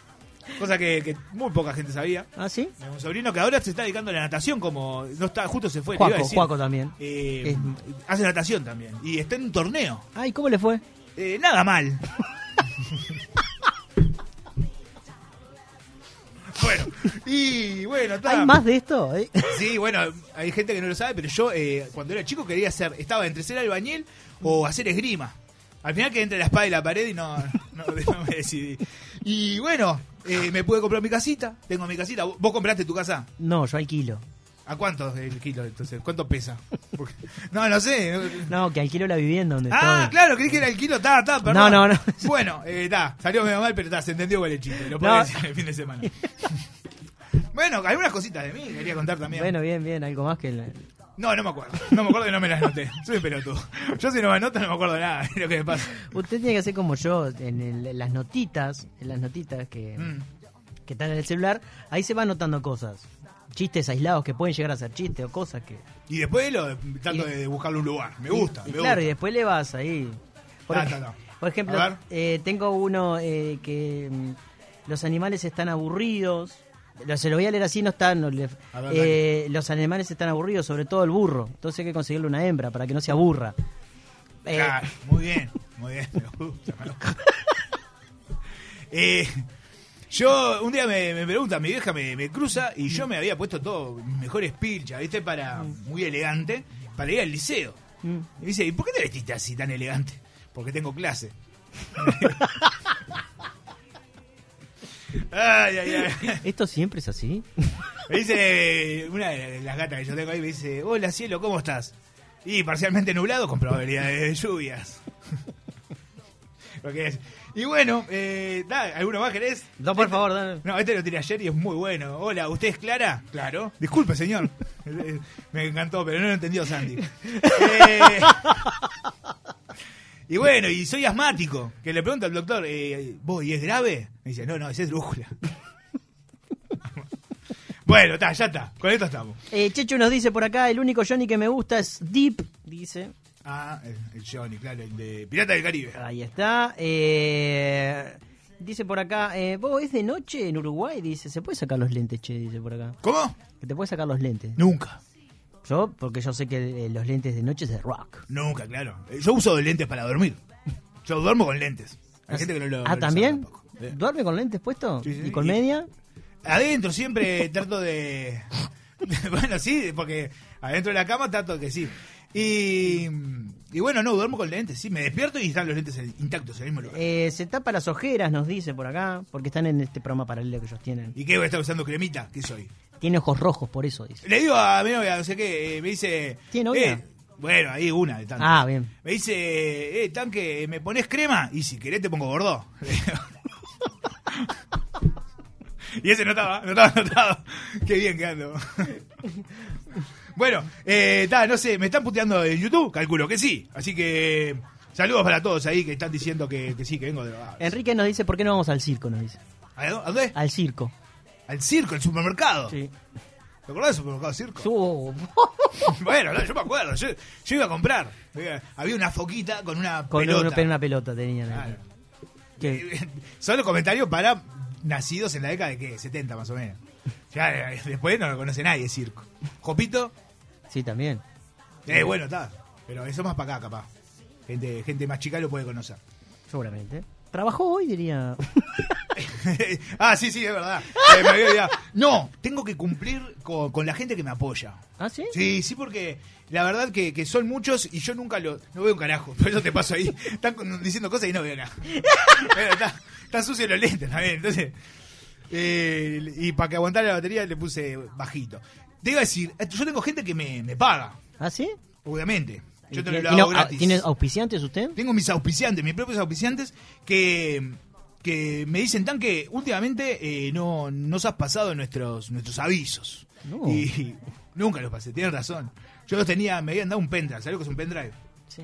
Speaker 16: cosa que, que muy poca gente sabía.
Speaker 18: ¿Ah, sí?
Speaker 16: Tengo un sobrino que ahora se está dedicando a la natación, como. no está Justo se fue, te iba a
Speaker 18: Juaco,
Speaker 16: decir.
Speaker 18: Juaco también.
Speaker 16: Eh, hace natación también. Y está en un torneo.
Speaker 18: Ay, ¿cómo le fue?
Speaker 16: Eh, nada mal. bueno, y bueno, está.
Speaker 18: ¿Hay más de esto? Eh,
Speaker 16: Sí, bueno, hay gente que no lo sabe, pero yo eh, cuando era chico quería ser, estaba entre ser albañil o hacer esgrima. Al final quedé entre la espada y la pared y no, no- no me decidí. Y bueno, eh, me pude comprar mi casita, tengo mi casita. ¿Vos compraste tu casa?
Speaker 18: No, yo alquilo.
Speaker 16: ¿A cuánto el kilo entonces? ¿Cuánto pesa? Porque- no, no sé.
Speaker 18: No, que alquilo la vivienda donde
Speaker 16: Ah,
Speaker 18: estoy.
Speaker 16: claro, creí que era el kilo, ta, ta, perdón.
Speaker 18: No, no, no.
Speaker 16: Bueno, está, salió medio mal, pero está, se entendió con el chiste. Lo podés
Speaker 18: No.
Speaker 16: decir el fin de semana. bueno, algunas cositas de mí quería contar también.
Speaker 18: Bueno, bien, bien, algo más que... la-
Speaker 16: No, no me acuerdo. No me acuerdo y no me las anoté. Soy un pelotudo. Yo si no me anoto no me acuerdo nada de lo que me pasa.
Speaker 18: Usted tiene que hacer como yo, en, el- en las notitas, en las notitas que,
Speaker 16: Mm.
Speaker 18: que están en el celular, ahí se van anotando cosas. Chistes aislados que pueden llegar a ser chistes o cosas que...
Speaker 16: Y después lo trato de buscarle un lugar. Me gusta,
Speaker 18: Y
Speaker 16: me
Speaker 18: claro, y
Speaker 16: gusta.
Speaker 18: después le vas ahí. Por,
Speaker 16: Ta,
Speaker 18: ej-
Speaker 16: ta, ta.
Speaker 18: por ejemplo,
Speaker 16: A ver.
Speaker 18: eh, tengo uno eh, que mm, los animales están aburridos. Lo- Se lo voy a leer así, no está. no le-
Speaker 16: A ver,
Speaker 18: eh, los animales están aburridos, sobre todo el burro. Entonces hay que conseguirle una hembra para que no se aburra. Eh,
Speaker 16: Claro, muy bien, muy bien. Me gusta, me gusta. Eh, yo, un día me, me pregunta, mi vieja me, me cruza y yo me había puesto todo, mis mejores pilchas, ¿viste? Para, muy elegante, para ir al liceo. Y dice, ¿y por qué te vestiste así tan elegante? Porque tengo clase. ay, ay, ay.
Speaker 18: ¿Esto siempre es así?
Speaker 16: Me dice una de las gatas que yo tengo ahí, me dice, hola cielo, ¿cómo estás? Y parcialmente nublado con probabilidades de lluvias. Lo que es. Y bueno, eh, da, ¿alguno más querés?
Speaker 18: No, por favor, dame.
Speaker 16: No, este lo tiré ayer y es muy bueno. Hola, ¿usted es Clara? Claro. Disculpe, señor. Eh, me encantó, pero no lo entendió Sandy. Eh, y bueno, y soy asmático. Que le pregunto al doctor, eh, ¿vos y es grave? Me dice, no, no, ese es drújula. bueno, está, ya está. Con esto estamos.
Speaker 18: Eh, Checho nos dice por acá: el único Johnny que me gusta es Deep, dice.
Speaker 16: Ah, el, el Johnny, claro, el de Pirata del Caribe.
Speaker 18: Ahí está. eh, dice por acá, eh, vos es de noche en Uruguay, dice, ¿se puede sacar los lentes, che? Dice por acá.
Speaker 16: ¿Cómo?
Speaker 18: Que te puedes sacar los lentes.
Speaker 16: Nunca.
Speaker 18: Yo, porque yo sé que eh, los lentes de noche es de rock.
Speaker 16: Nunca, claro. Eh, Yo uso lentes para dormir. Yo duermo con lentes. Hay gente que no lo. no
Speaker 18: ah,
Speaker 16: lo sabe
Speaker 18: ¿también?
Speaker 16: tampoco.
Speaker 18: ¿Duerme con lentes puesto?
Speaker 16: Sí, sí,
Speaker 18: ¿Y con
Speaker 16: y-
Speaker 18: media?
Speaker 16: Adentro siempre trato de. bueno, sí, porque adentro de la cama trato que sí. Y, y bueno, no, duermo con lentes, sí. Me despierto y están los lentes en- intactos en el mismo lugar.
Speaker 18: Eh, se tapa las ojeras, nos dice por acá, porque están en este programa paralelo que ellos tienen.
Speaker 16: ¿Y qué voy a estar usando cremita? ¿Qué soy?
Speaker 18: Tiene ojos rojos, por eso dice.
Speaker 16: Le digo a mi novia, no sé qué, eh, me dice.
Speaker 18: ¿Tiene novia?
Speaker 16: eh, bueno, ahí una de tantas.
Speaker 18: Ah, bien.
Speaker 16: Me dice, eh, tanque, ¿me pones crema? Y si querés te pongo gordo. y ese no estaba, Ah, no estaba, no estaba. Qué bien que ando. bueno, eh, ta, no sé, ¿me están puteando en YouTube? Calculo que sí. Así que saludos para todos ahí que están diciendo que, que sí, que vengo de...
Speaker 18: Enrique nos dice, ¿por qué no vamos al circo? Nos dice.
Speaker 16: ¿A dó- a dónde?
Speaker 18: Al circo.
Speaker 16: Al circo, al supermercado.
Speaker 18: Sí.
Speaker 16: ¿Te acordás del supermercado circo?
Speaker 18: Su-
Speaker 16: Bueno, no, yo me acuerdo, yo, yo iba a comprar. Había una foquita con una
Speaker 18: Con
Speaker 16: pelota.
Speaker 18: una, una pelota tenían.
Speaker 16: Claro.
Speaker 18: Que-
Speaker 16: Solo comentarios para nacidos en la década de ¿qué? 70 más o menos. Ya eh, después no lo conoce nadie circo. Jopito,
Speaker 18: sí, también.
Speaker 16: eh, bueno, está. Pero eso más para acá, capaz. Gente, gente más chica lo puede conocer.
Speaker 18: Seguramente. Trabajó hoy, diría.
Speaker 16: ah, sí, sí, es verdad. Eh, me había olvidado. no, tengo que cumplir con, con la gente que me apoya.
Speaker 18: ¿Ah, sí?
Speaker 16: Sí, sí, porque la verdad que, que son muchos y yo nunca lo. No veo un carajo, por eso te paso ahí. Están con- diciendo cosas y no veo nada. Pero está, está sucio los lentes también, entonces. eh, y para que aguantara la batería le puse bajito. Te iba a decir, eh, yo tengo gente que me, me paga.
Speaker 18: ¿Ah, sí?
Speaker 16: Obviamente. Yo te
Speaker 18: ¿Y-
Speaker 16: lo
Speaker 18: y no-
Speaker 16: hago gratis.
Speaker 18: ¿Tiene auspiciantes usted?
Speaker 16: Tengo mis auspiciantes, mis propios auspiciantes que, que me dicen tan que últimamente eh, no nos has pasado nuestros nuestros avisos.
Speaker 18: No.
Speaker 16: Y nunca los pasé, tienen razón. Yo los tenía, me habían dado un pendrive, ¿sabes lo que es un pendrive?
Speaker 18: Sí.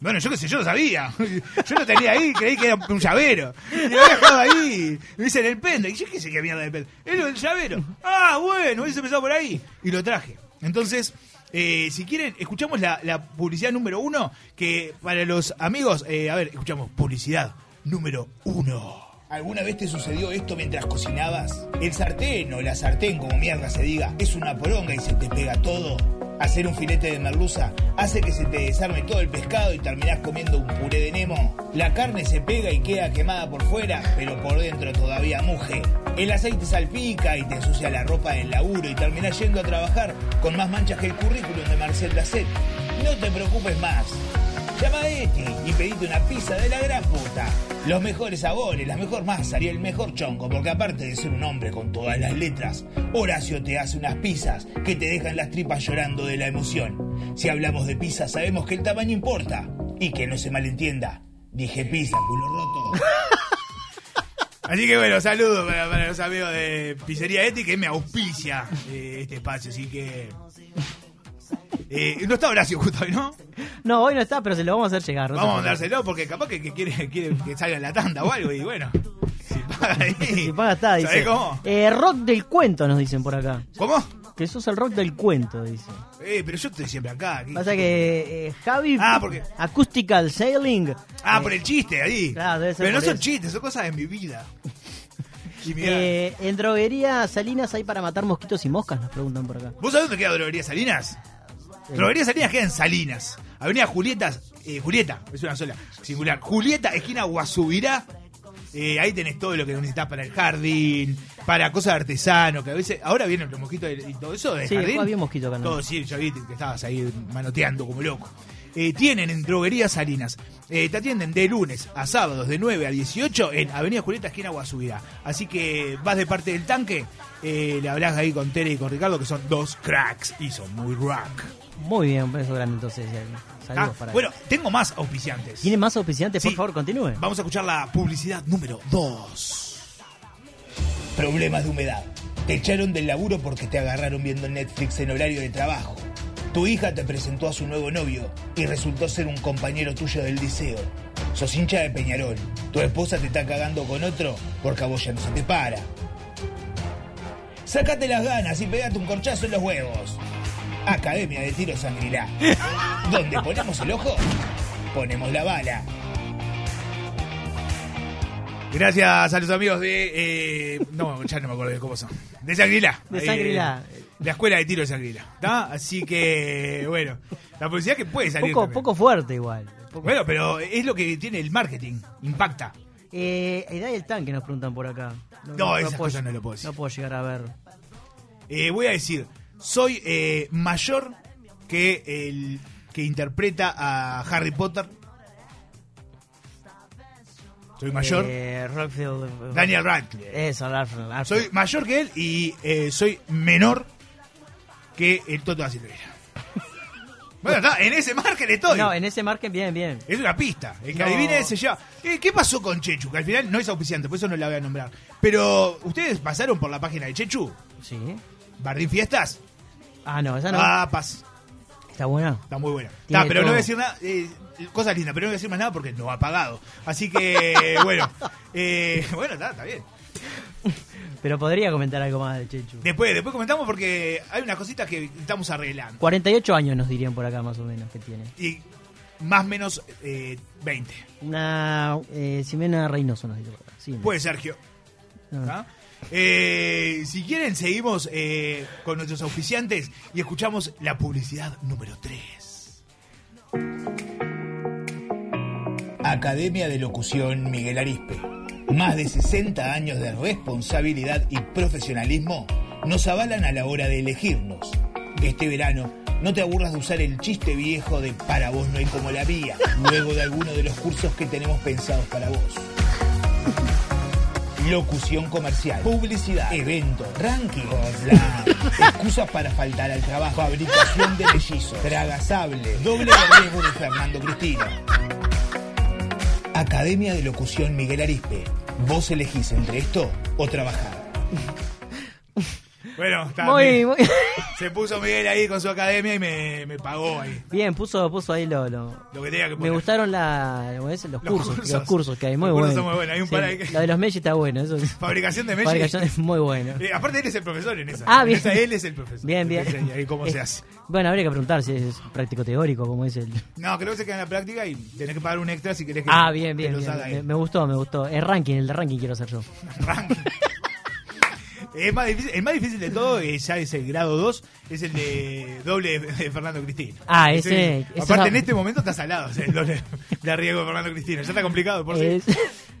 Speaker 16: Bueno, yo qué sé, yo lo sabía. Yo lo tenía ahí, creí que era un llavero. Y lo había dejado ahí. Me dicen el pendrive. Y yo qué sé qué mierda de pendrive. Era el llavero. Ah, bueno, hubiese empezado por ahí. Y lo traje. Entonces, eh, si quieren, escuchamos la, la publicidad número uno. Que para los amigos, eh, a ver, escuchamos publicidad número uno. ¿Alguna vez te sucedió esto mientras cocinabas? El sartén o la sartén, como mierda se diga, es una poronga y se te pega todo. Hacer un filete de merluza hace que se te desarme todo el pescado y terminás comiendo un puré de Nemo. La carne se pega y queda quemada por fuera, pero por dentro todavía muge. El aceite salpica y te ensucia la ropa del laburo y terminás yendo a trabajar con más manchas que el currículum de Marcel Dacet. No te preocupes más. Llama a este y pedite una pizza de la gran puta. Los mejores sabores, la mejor masa y el mejor chonco, porque aparte de ser un hombre con todas las letras, Horacio te hace unas pizzas que te dejan las tripas llorando de la emoción. Si hablamos de pizza, sabemos que el tamaño importa y que no se malentienda. Dije pizza, culo roto. Así que bueno, saludos para, para los amigos de Pizzería Eti que me auspicia eh, este espacio, así que. Eh, no está Horacio justo hoy, ¿no?
Speaker 18: No, hoy no está, pero se lo vamos a hacer llegar. no se
Speaker 16: Vamos a
Speaker 18: preocupe.
Speaker 16: mandárselo porque capaz que, que quiere, quiere que salga en la tanda o algo y bueno. Si paga ahí.
Speaker 18: Si paga está, dice.
Speaker 16: ¿Sabés cómo?
Speaker 18: Eh, rock del cuento nos dicen por acá.
Speaker 16: ¿Cómo?
Speaker 18: Que sos el rock del cuento, dice.
Speaker 16: Eh, pero yo estoy siempre acá. aquí.
Speaker 18: Pasa que eh, Javi
Speaker 16: Ah, porque-
Speaker 18: Acoustical Sailing
Speaker 16: Ah, por el chiste ahí.
Speaker 18: eh, Claro, debe ser
Speaker 16: pero no
Speaker 18: por
Speaker 16: son
Speaker 18: eso.
Speaker 16: chistes, son cosas de mi vida. Y mirá,
Speaker 18: eh, en droguería Salinas hay para matar mosquitos y moscas, nos preguntan por acá.
Speaker 16: ¿Vos sabés dónde queda Droguería Salinas? Droguería Salinas queda en Salinas. Avenida Julieta, eh, Julieta, es una sola, singular. Julieta, esquina Guasubirá. Eh, ahí tenés todo lo que necesitas para el jardín, para cosas de artesano, que a veces, ahora vienen los mosquitos y y todo eso de
Speaker 18: Sí,
Speaker 16: jardín.
Speaker 18: había mosquito acá. ¿no?
Speaker 16: Todo, sí, yo vi que estabas ahí manoteando como loco. Eh, tienen en Droguería Salinas. Eh, te atienden de lunes a sábados de 9 a 18 en Avenida Julieta, esquina Guasubirá. Así que vas de parte del tanque, eh, le hablas ahí con Tere y con Ricardo, que son dos cracks y son muy rock.
Speaker 18: Muy bien, beso grande entonces. eh, Saludos
Speaker 16: Ah,
Speaker 18: para
Speaker 16: bueno, tengo más auspiciantes.
Speaker 18: ¿Tiene más auspiciantes? Por favor, continúe.
Speaker 16: Vamos a escuchar la publicidad número 2. Problemas de humedad. Te echaron del laburo porque te agarraron viendo Netflix en horario de trabajo. Tu hija te presentó a su nuevo novio y resultó ser un compañero tuyo del liceo. Sos hincha de Peñarol. Tu esposa te está cagando con otro porque a vos ya no se te para. Sácate las ganas y pegate un corchazo en los huevos. Academia de Tiro Sangrilá. Donde ponemos el ojo, ponemos la bala. Gracias a los amigos de. eh, no, ya no me acuerdo de cómo son. De Sangrila. Eh,
Speaker 18: De Sangrila.
Speaker 16: la escuela de tiro de Sangrila. ¿Está? Así que, bueno. La publicidad que puede salir.
Speaker 18: Poco,
Speaker 16: también.
Speaker 18: poco fuerte igual.
Speaker 16: Bueno, pero es lo que tiene el marketing. Impacta.
Speaker 18: Eh, edad y el tanque nos preguntan por acá.
Speaker 16: No, esas cosas no lo puedo decir.
Speaker 18: No puedo llegar a ver.
Speaker 16: Eh, voy a decir, soy eh, mayor que el que interpreta a Harry Potter. Soy mayor.
Speaker 18: Eh, Rockfield. eh,
Speaker 16: Daniel Radcliffe.
Speaker 18: Eso, Radcliffe, Radcliffe.
Speaker 16: Soy mayor que él y eh, soy menor que el Toto da Silveira. Bueno, está, en ese margen estoy.
Speaker 18: No, en ese margen, bien, bien.
Speaker 16: Es una pista. El que
Speaker 18: No.
Speaker 16: adivine ese ya. Eh, ¿Qué pasó con Chechu? Que al final no es auspiciante, por eso no la voy a nombrar. Pero, ¿ustedes pasaron por la página de Chechu?
Speaker 18: Sí.
Speaker 16: ¿Barrín Fiestas?
Speaker 18: Ah, no, esa no.
Speaker 16: Ah, pas.
Speaker 18: Está buena.
Speaker 16: Está muy buena. Está,
Speaker 18: Tiene
Speaker 16: pero no voy a
Speaker 18: todo.
Speaker 16: decir nada. eh, cosas lindas, pero no voy a decir más nada porque no ha pagado. Así que, bueno. eh, bueno, está, está bien.
Speaker 18: Pero podría comentar algo más de Chechu.
Speaker 16: Después, después comentamos porque hay unas cositas que estamos arreglando.
Speaker 18: 48 años nos dirían por acá más o menos que tiene.
Speaker 16: Y más o menos eh, 20.
Speaker 18: Una eh, Ximena Reynoso nos dice por acá. Sí,
Speaker 16: Puede, Pues, Sergio.
Speaker 18: Ah.
Speaker 16: ¿Ah? Eh, si quieren, seguimos eh, con nuestros auspiciantes y escuchamos la publicidad número 3.
Speaker 1: Academia de Locución Miguel Arispe. Más de 60 años de responsabilidad y profesionalismo nos avalan a la hora de elegirnos. Este verano, no te aburras de usar el chiste viejo de para vos no hay como la vía, luego de alguno de los cursos que tenemos pensados para vos. Locución comercial, publicidad, evento, ranking, online, excusas para faltar al trabajo, fabricación de mellizos, tragasable, doble de riesgo de Fernando Cristina. Academia de Locución Miguel Arispe. Vos elegís entre esto o trabajar.
Speaker 16: Bueno, está
Speaker 18: Muy,
Speaker 16: bien.
Speaker 18: muy-
Speaker 16: Se puso Miguel ahí con su academia y me, me pagó ahí.
Speaker 18: Bien, puso, puso ahí lo, lo-
Speaker 16: Lo que tenía que
Speaker 18: Me
Speaker 16: poner.
Speaker 18: gustaron la, ¿cómo es? los, cursos,
Speaker 16: cursos.
Speaker 18: los cursos que hay, muy
Speaker 16: Los cursos
Speaker 18: bueno.
Speaker 16: son muy buenos, hay un par ahí que-
Speaker 18: Lo de los Messi está bueno. Eso es-
Speaker 16: Fabricación de Messi.
Speaker 18: Fabricación es muy bueno.
Speaker 16: Eh, aparte, él es el profesor en esa.
Speaker 18: Ah,
Speaker 16: En
Speaker 18: bien.
Speaker 16: esa él es el profesor.
Speaker 18: Bien, bien.
Speaker 16: Te enseña ahí cómo se
Speaker 18: Eh,
Speaker 16: hace.
Speaker 18: Bueno, habría que preguntar si es práctico teórico, como es el.
Speaker 16: No, creo que se queda en la práctica y tenés que pagar un extra si querés que
Speaker 18: Ah, bien,
Speaker 16: que
Speaker 18: bien.
Speaker 16: los
Speaker 18: bien.
Speaker 16: haga
Speaker 18: Me,
Speaker 16: él.
Speaker 18: me gustó, me gustó. El ranking, el de ranking quiero hacer yo.
Speaker 16: Es más difícil, el más difícil de todo, eh, ya es el grado 2, es el de doble de, de Fernando Cristina.
Speaker 18: Ah, ese-
Speaker 16: es-
Speaker 18: ese
Speaker 16: aparte,
Speaker 18: es-
Speaker 16: en este momento está salado o sea, el doble de riesgo de Fernando Cristina. Ya está complicado, por sí.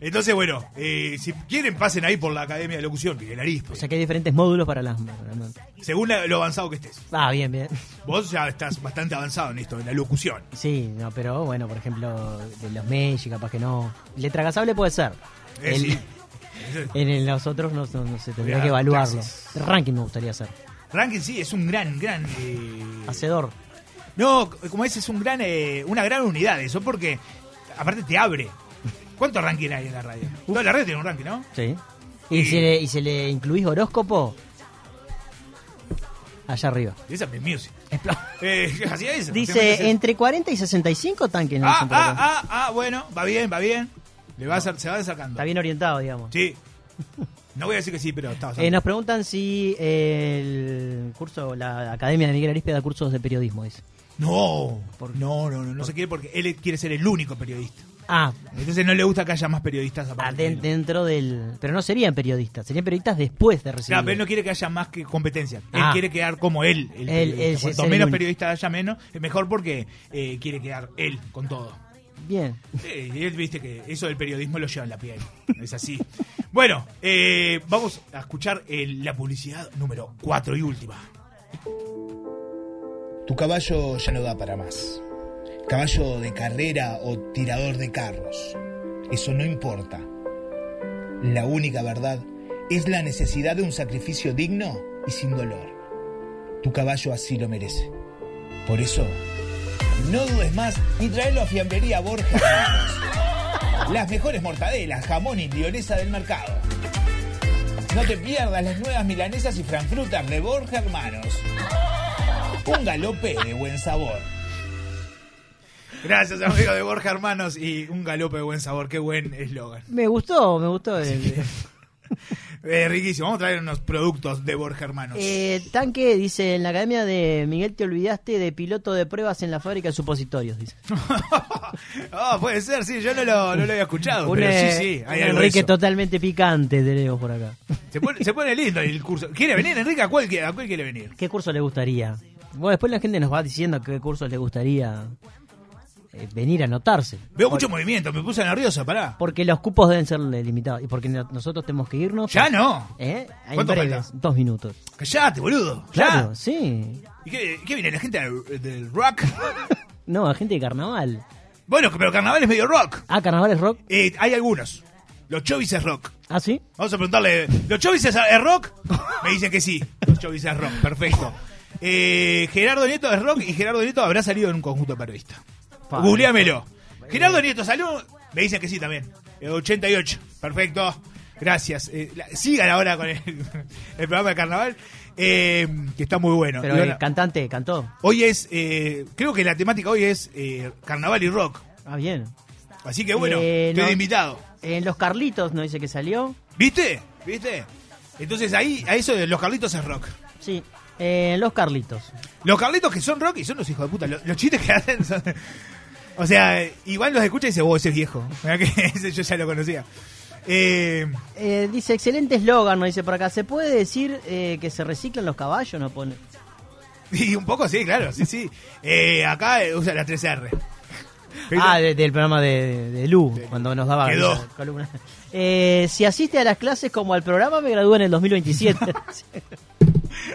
Speaker 16: Entonces, bueno, eh, si quieren, pasen ahí por la Academia de Locución, Miguel Arispe,
Speaker 18: O sea que hay diferentes módulos para las. para las-
Speaker 16: según la- lo avanzado que estés.
Speaker 18: Ah, bien, bien.
Speaker 16: Vos ya estás bastante avanzado en esto, en la locución.
Speaker 18: Sí, no, pero bueno, por ejemplo, de los Messi, capaz que no. Letra gasable puede ser.
Speaker 16: Eh,
Speaker 18: El-
Speaker 16: sí.
Speaker 18: En el- nosotros no, no- no sé, tendría
Speaker 16: Mirá,
Speaker 18: que evaluarlo.
Speaker 16: clases.
Speaker 18: El ranking me gustaría hacer.
Speaker 16: Ranking sí, es un gran, gran... eh,
Speaker 18: Hacedor.
Speaker 16: No, c- como es, es un gran, eh, una gran unidad eso, porque aparte te abre. ¿Cuántos ranking hay en la radio? Toda la radio tiene un ranking, ¿no?
Speaker 18: Sí. Y si le, y si le incluís horóscopo, allá arriba.
Speaker 16: Esa es mi music. Eh, hacía eso.
Speaker 18: Dice, entre 40 y 65 tanques en el
Speaker 16: Ah,
Speaker 18: centro de
Speaker 16: ah,
Speaker 18: campo.
Speaker 16: ah, ah, bueno, va bien, va bien. Le va a hacer- se va sacando. Está
Speaker 18: bien orientado, digamos.
Speaker 16: Sí. No voy a decir que sí, pero está bastante.
Speaker 18: Eh, nos preguntan si eh, el curso, la Academia de Miguel Arispe da cursos de periodismo, dice.
Speaker 16: No, no, no, no, no se quiere porque él quiere ser el único periodista.
Speaker 18: Ah.
Speaker 16: Entonces no le gusta que haya más periodistas aparte. de él.
Speaker 18: dentro del... Pero no serían periodistas, serían periodistas después de recibir.
Speaker 16: Claro, pero él no quiere que haya más que competencia. Él
Speaker 18: Ah.
Speaker 16: quiere quedar como él. el
Speaker 18: Él-
Speaker 16: periodista.
Speaker 18: él es
Speaker 16: Cuanto
Speaker 18: el
Speaker 16: menos
Speaker 18: único.
Speaker 16: periodistas haya menos, es mejor porque eh, quiere quedar él con todo.
Speaker 18: Bien.
Speaker 16: Eh, y él viste que eso del periodismo lo lleva en la piel. Es así. Bueno, eh, vamos a escuchar el- la publicidad número 4 y última.
Speaker 1: Tu caballo ya no da para más. Caballo de carrera o tirador de carros. Eso no importa. La única verdad es la necesidad de un sacrificio digno y sin dolor. Tu caballo así lo merece. Por eso, no dudes más ni traerlo a Fiambrería Borges. Hermanos. Las mejores mortadelas, jamón y mayonesa del mercado. No te pierdas las nuevas milanesas y franfrutas de Borges Hermanos. Un galope de buen sabor.
Speaker 16: Gracias, amigo de Borja Hermanos, y un galope de buen sabor. Qué buen eslogan.
Speaker 18: Me gustó, me gustó. el-
Speaker 16: Eh, riquísimo. Vamos a traer unos productos de Borja Hermanos.
Speaker 18: Eh, tanque dice, en la Academia de Miguel te olvidaste de piloto de pruebas en la fábrica de supositorios, dice.
Speaker 16: Ah, puede ser, sí, yo no lo, no lo había escuchado,
Speaker 18: Un,
Speaker 16: pero sí,
Speaker 18: eh,
Speaker 16: sí, hay
Speaker 18: un
Speaker 16: algo de
Speaker 18: Enrique
Speaker 16: eso.
Speaker 18: totalmente picante tenemos por acá.
Speaker 16: Se pone, se pone lindo el curso. ¿Quiere venir, Enrique? ¿A cuál, quiere- a cuál quiere venir?
Speaker 18: ¿Qué curso le gustaría? Bueno, después la gente nos va diciendo qué cursos le gustaría eh, venir a anotarse.
Speaker 16: Veo mucho movimiento, me puse nervioso, pará.
Speaker 18: Porque los cupos deben ser limitados y porque no- nosotros tenemos que irnos.
Speaker 16: Ya no.
Speaker 18: ¿Eh? Ahí
Speaker 16: ¿Cuánto
Speaker 18: breves, Dos minutos.
Speaker 16: Callate, boludo.
Speaker 18: Claro,
Speaker 16: Ya.
Speaker 18: sí.
Speaker 16: ¿Y qué, qué viene? ¿La gente del, del rock?
Speaker 18: No, gente de carnaval.
Speaker 16: bueno, pero carnaval es medio rock.
Speaker 18: Ah, carnaval es rock.
Speaker 16: Eh, hay algunos. Los chovis es rock.
Speaker 18: ¿Ah, sí?
Speaker 16: Vamos a preguntarle, ¿los chovis es es rock? Me dicen que sí, los chovis es rock, perfecto. Eh, Gerardo Nieto es rock y Gerardo Nieto habrá salido en un conjunto periodista.
Speaker 18: Pa.
Speaker 16: Googleamelo. Gerardo Nieto salió, me dicen que sí también. Eh, 88, perfecto. Gracias. Eh, la- sigan ahora con el, el programa de carnaval, eh, que está muy bueno.
Speaker 18: Pero
Speaker 16: Y
Speaker 18: el
Speaker 16: ahora-
Speaker 18: cantante cantó.
Speaker 16: hoy es, eh, creo que la temática hoy es eh, carnaval y rock.
Speaker 18: Ah, bien.
Speaker 16: Así que bueno,
Speaker 18: Eh,
Speaker 16: estoy
Speaker 18: no-
Speaker 16: de invitado.
Speaker 18: En Los Carlitos no dice que salió.
Speaker 16: ¿Viste? ¿Viste? Entonces ahí, a eso de los Carlitos es rock.
Speaker 18: Sí. En Los Carlitos.
Speaker 16: Los Carlitos que son rock y son los hijos de puta. Los, los chistes que hacen son- O sea, eh, igual los escucha y dice, vos ese es viejo. Mirá que ese yo ya lo conocía. Eh,
Speaker 18: Eh, dice, excelente eslogan, nos dice por acá. ¿Se puede decir eh, que se reciclan los caballos? No pone.
Speaker 16: y un poco sí, claro, sí, sí. Eh, acá eh, usa la 3R.
Speaker 18: Ah, de- del programa de, de Lu, cuando nos daba
Speaker 34: Quedó.
Speaker 18: Ah, la columna. Eh, si asiste a las clases como al programa, me gradúo en el 2027.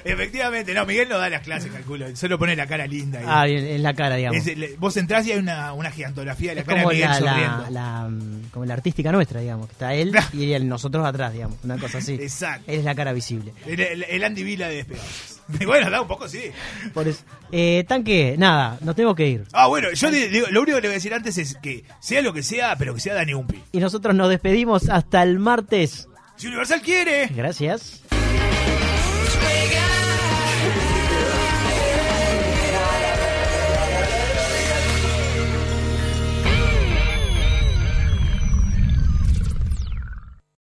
Speaker 16: Efectivamente, no, Miguel no da las clases, calculo. Solo pone la cara linda. ahí.
Speaker 18: ah, bien, en la cara, digamos.
Speaker 16: Es el- vos entrás y hay una, una gigantografía de la
Speaker 18: Es
Speaker 16: cara de
Speaker 18: como
Speaker 16: Miguel
Speaker 18: la,
Speaker 16: sonriendo.
Speaker 18: la, la, mm, como la artística nuestra, digamos, que está él y él- nosotros atrás, digamos, una cosa así. Exacto. Él es la cara visible.
Speaker 16: El, el- el Andy Vila de despegados. Y bueno, da un poco, sí.
Speaker 18: Por eso. Eh, tanque, nada, nos tenemos que ir.
Speaker 16: Ah, bueno, yo di- digo, lo único que le voy a decir antes es que sea lo que sea, pero que sea Dani Umpi.
Speaker 18: Y nosotros nos despedimos hasta el martes.
Speaker 16: Si Universal quiere.
Speaker 18: Gracias.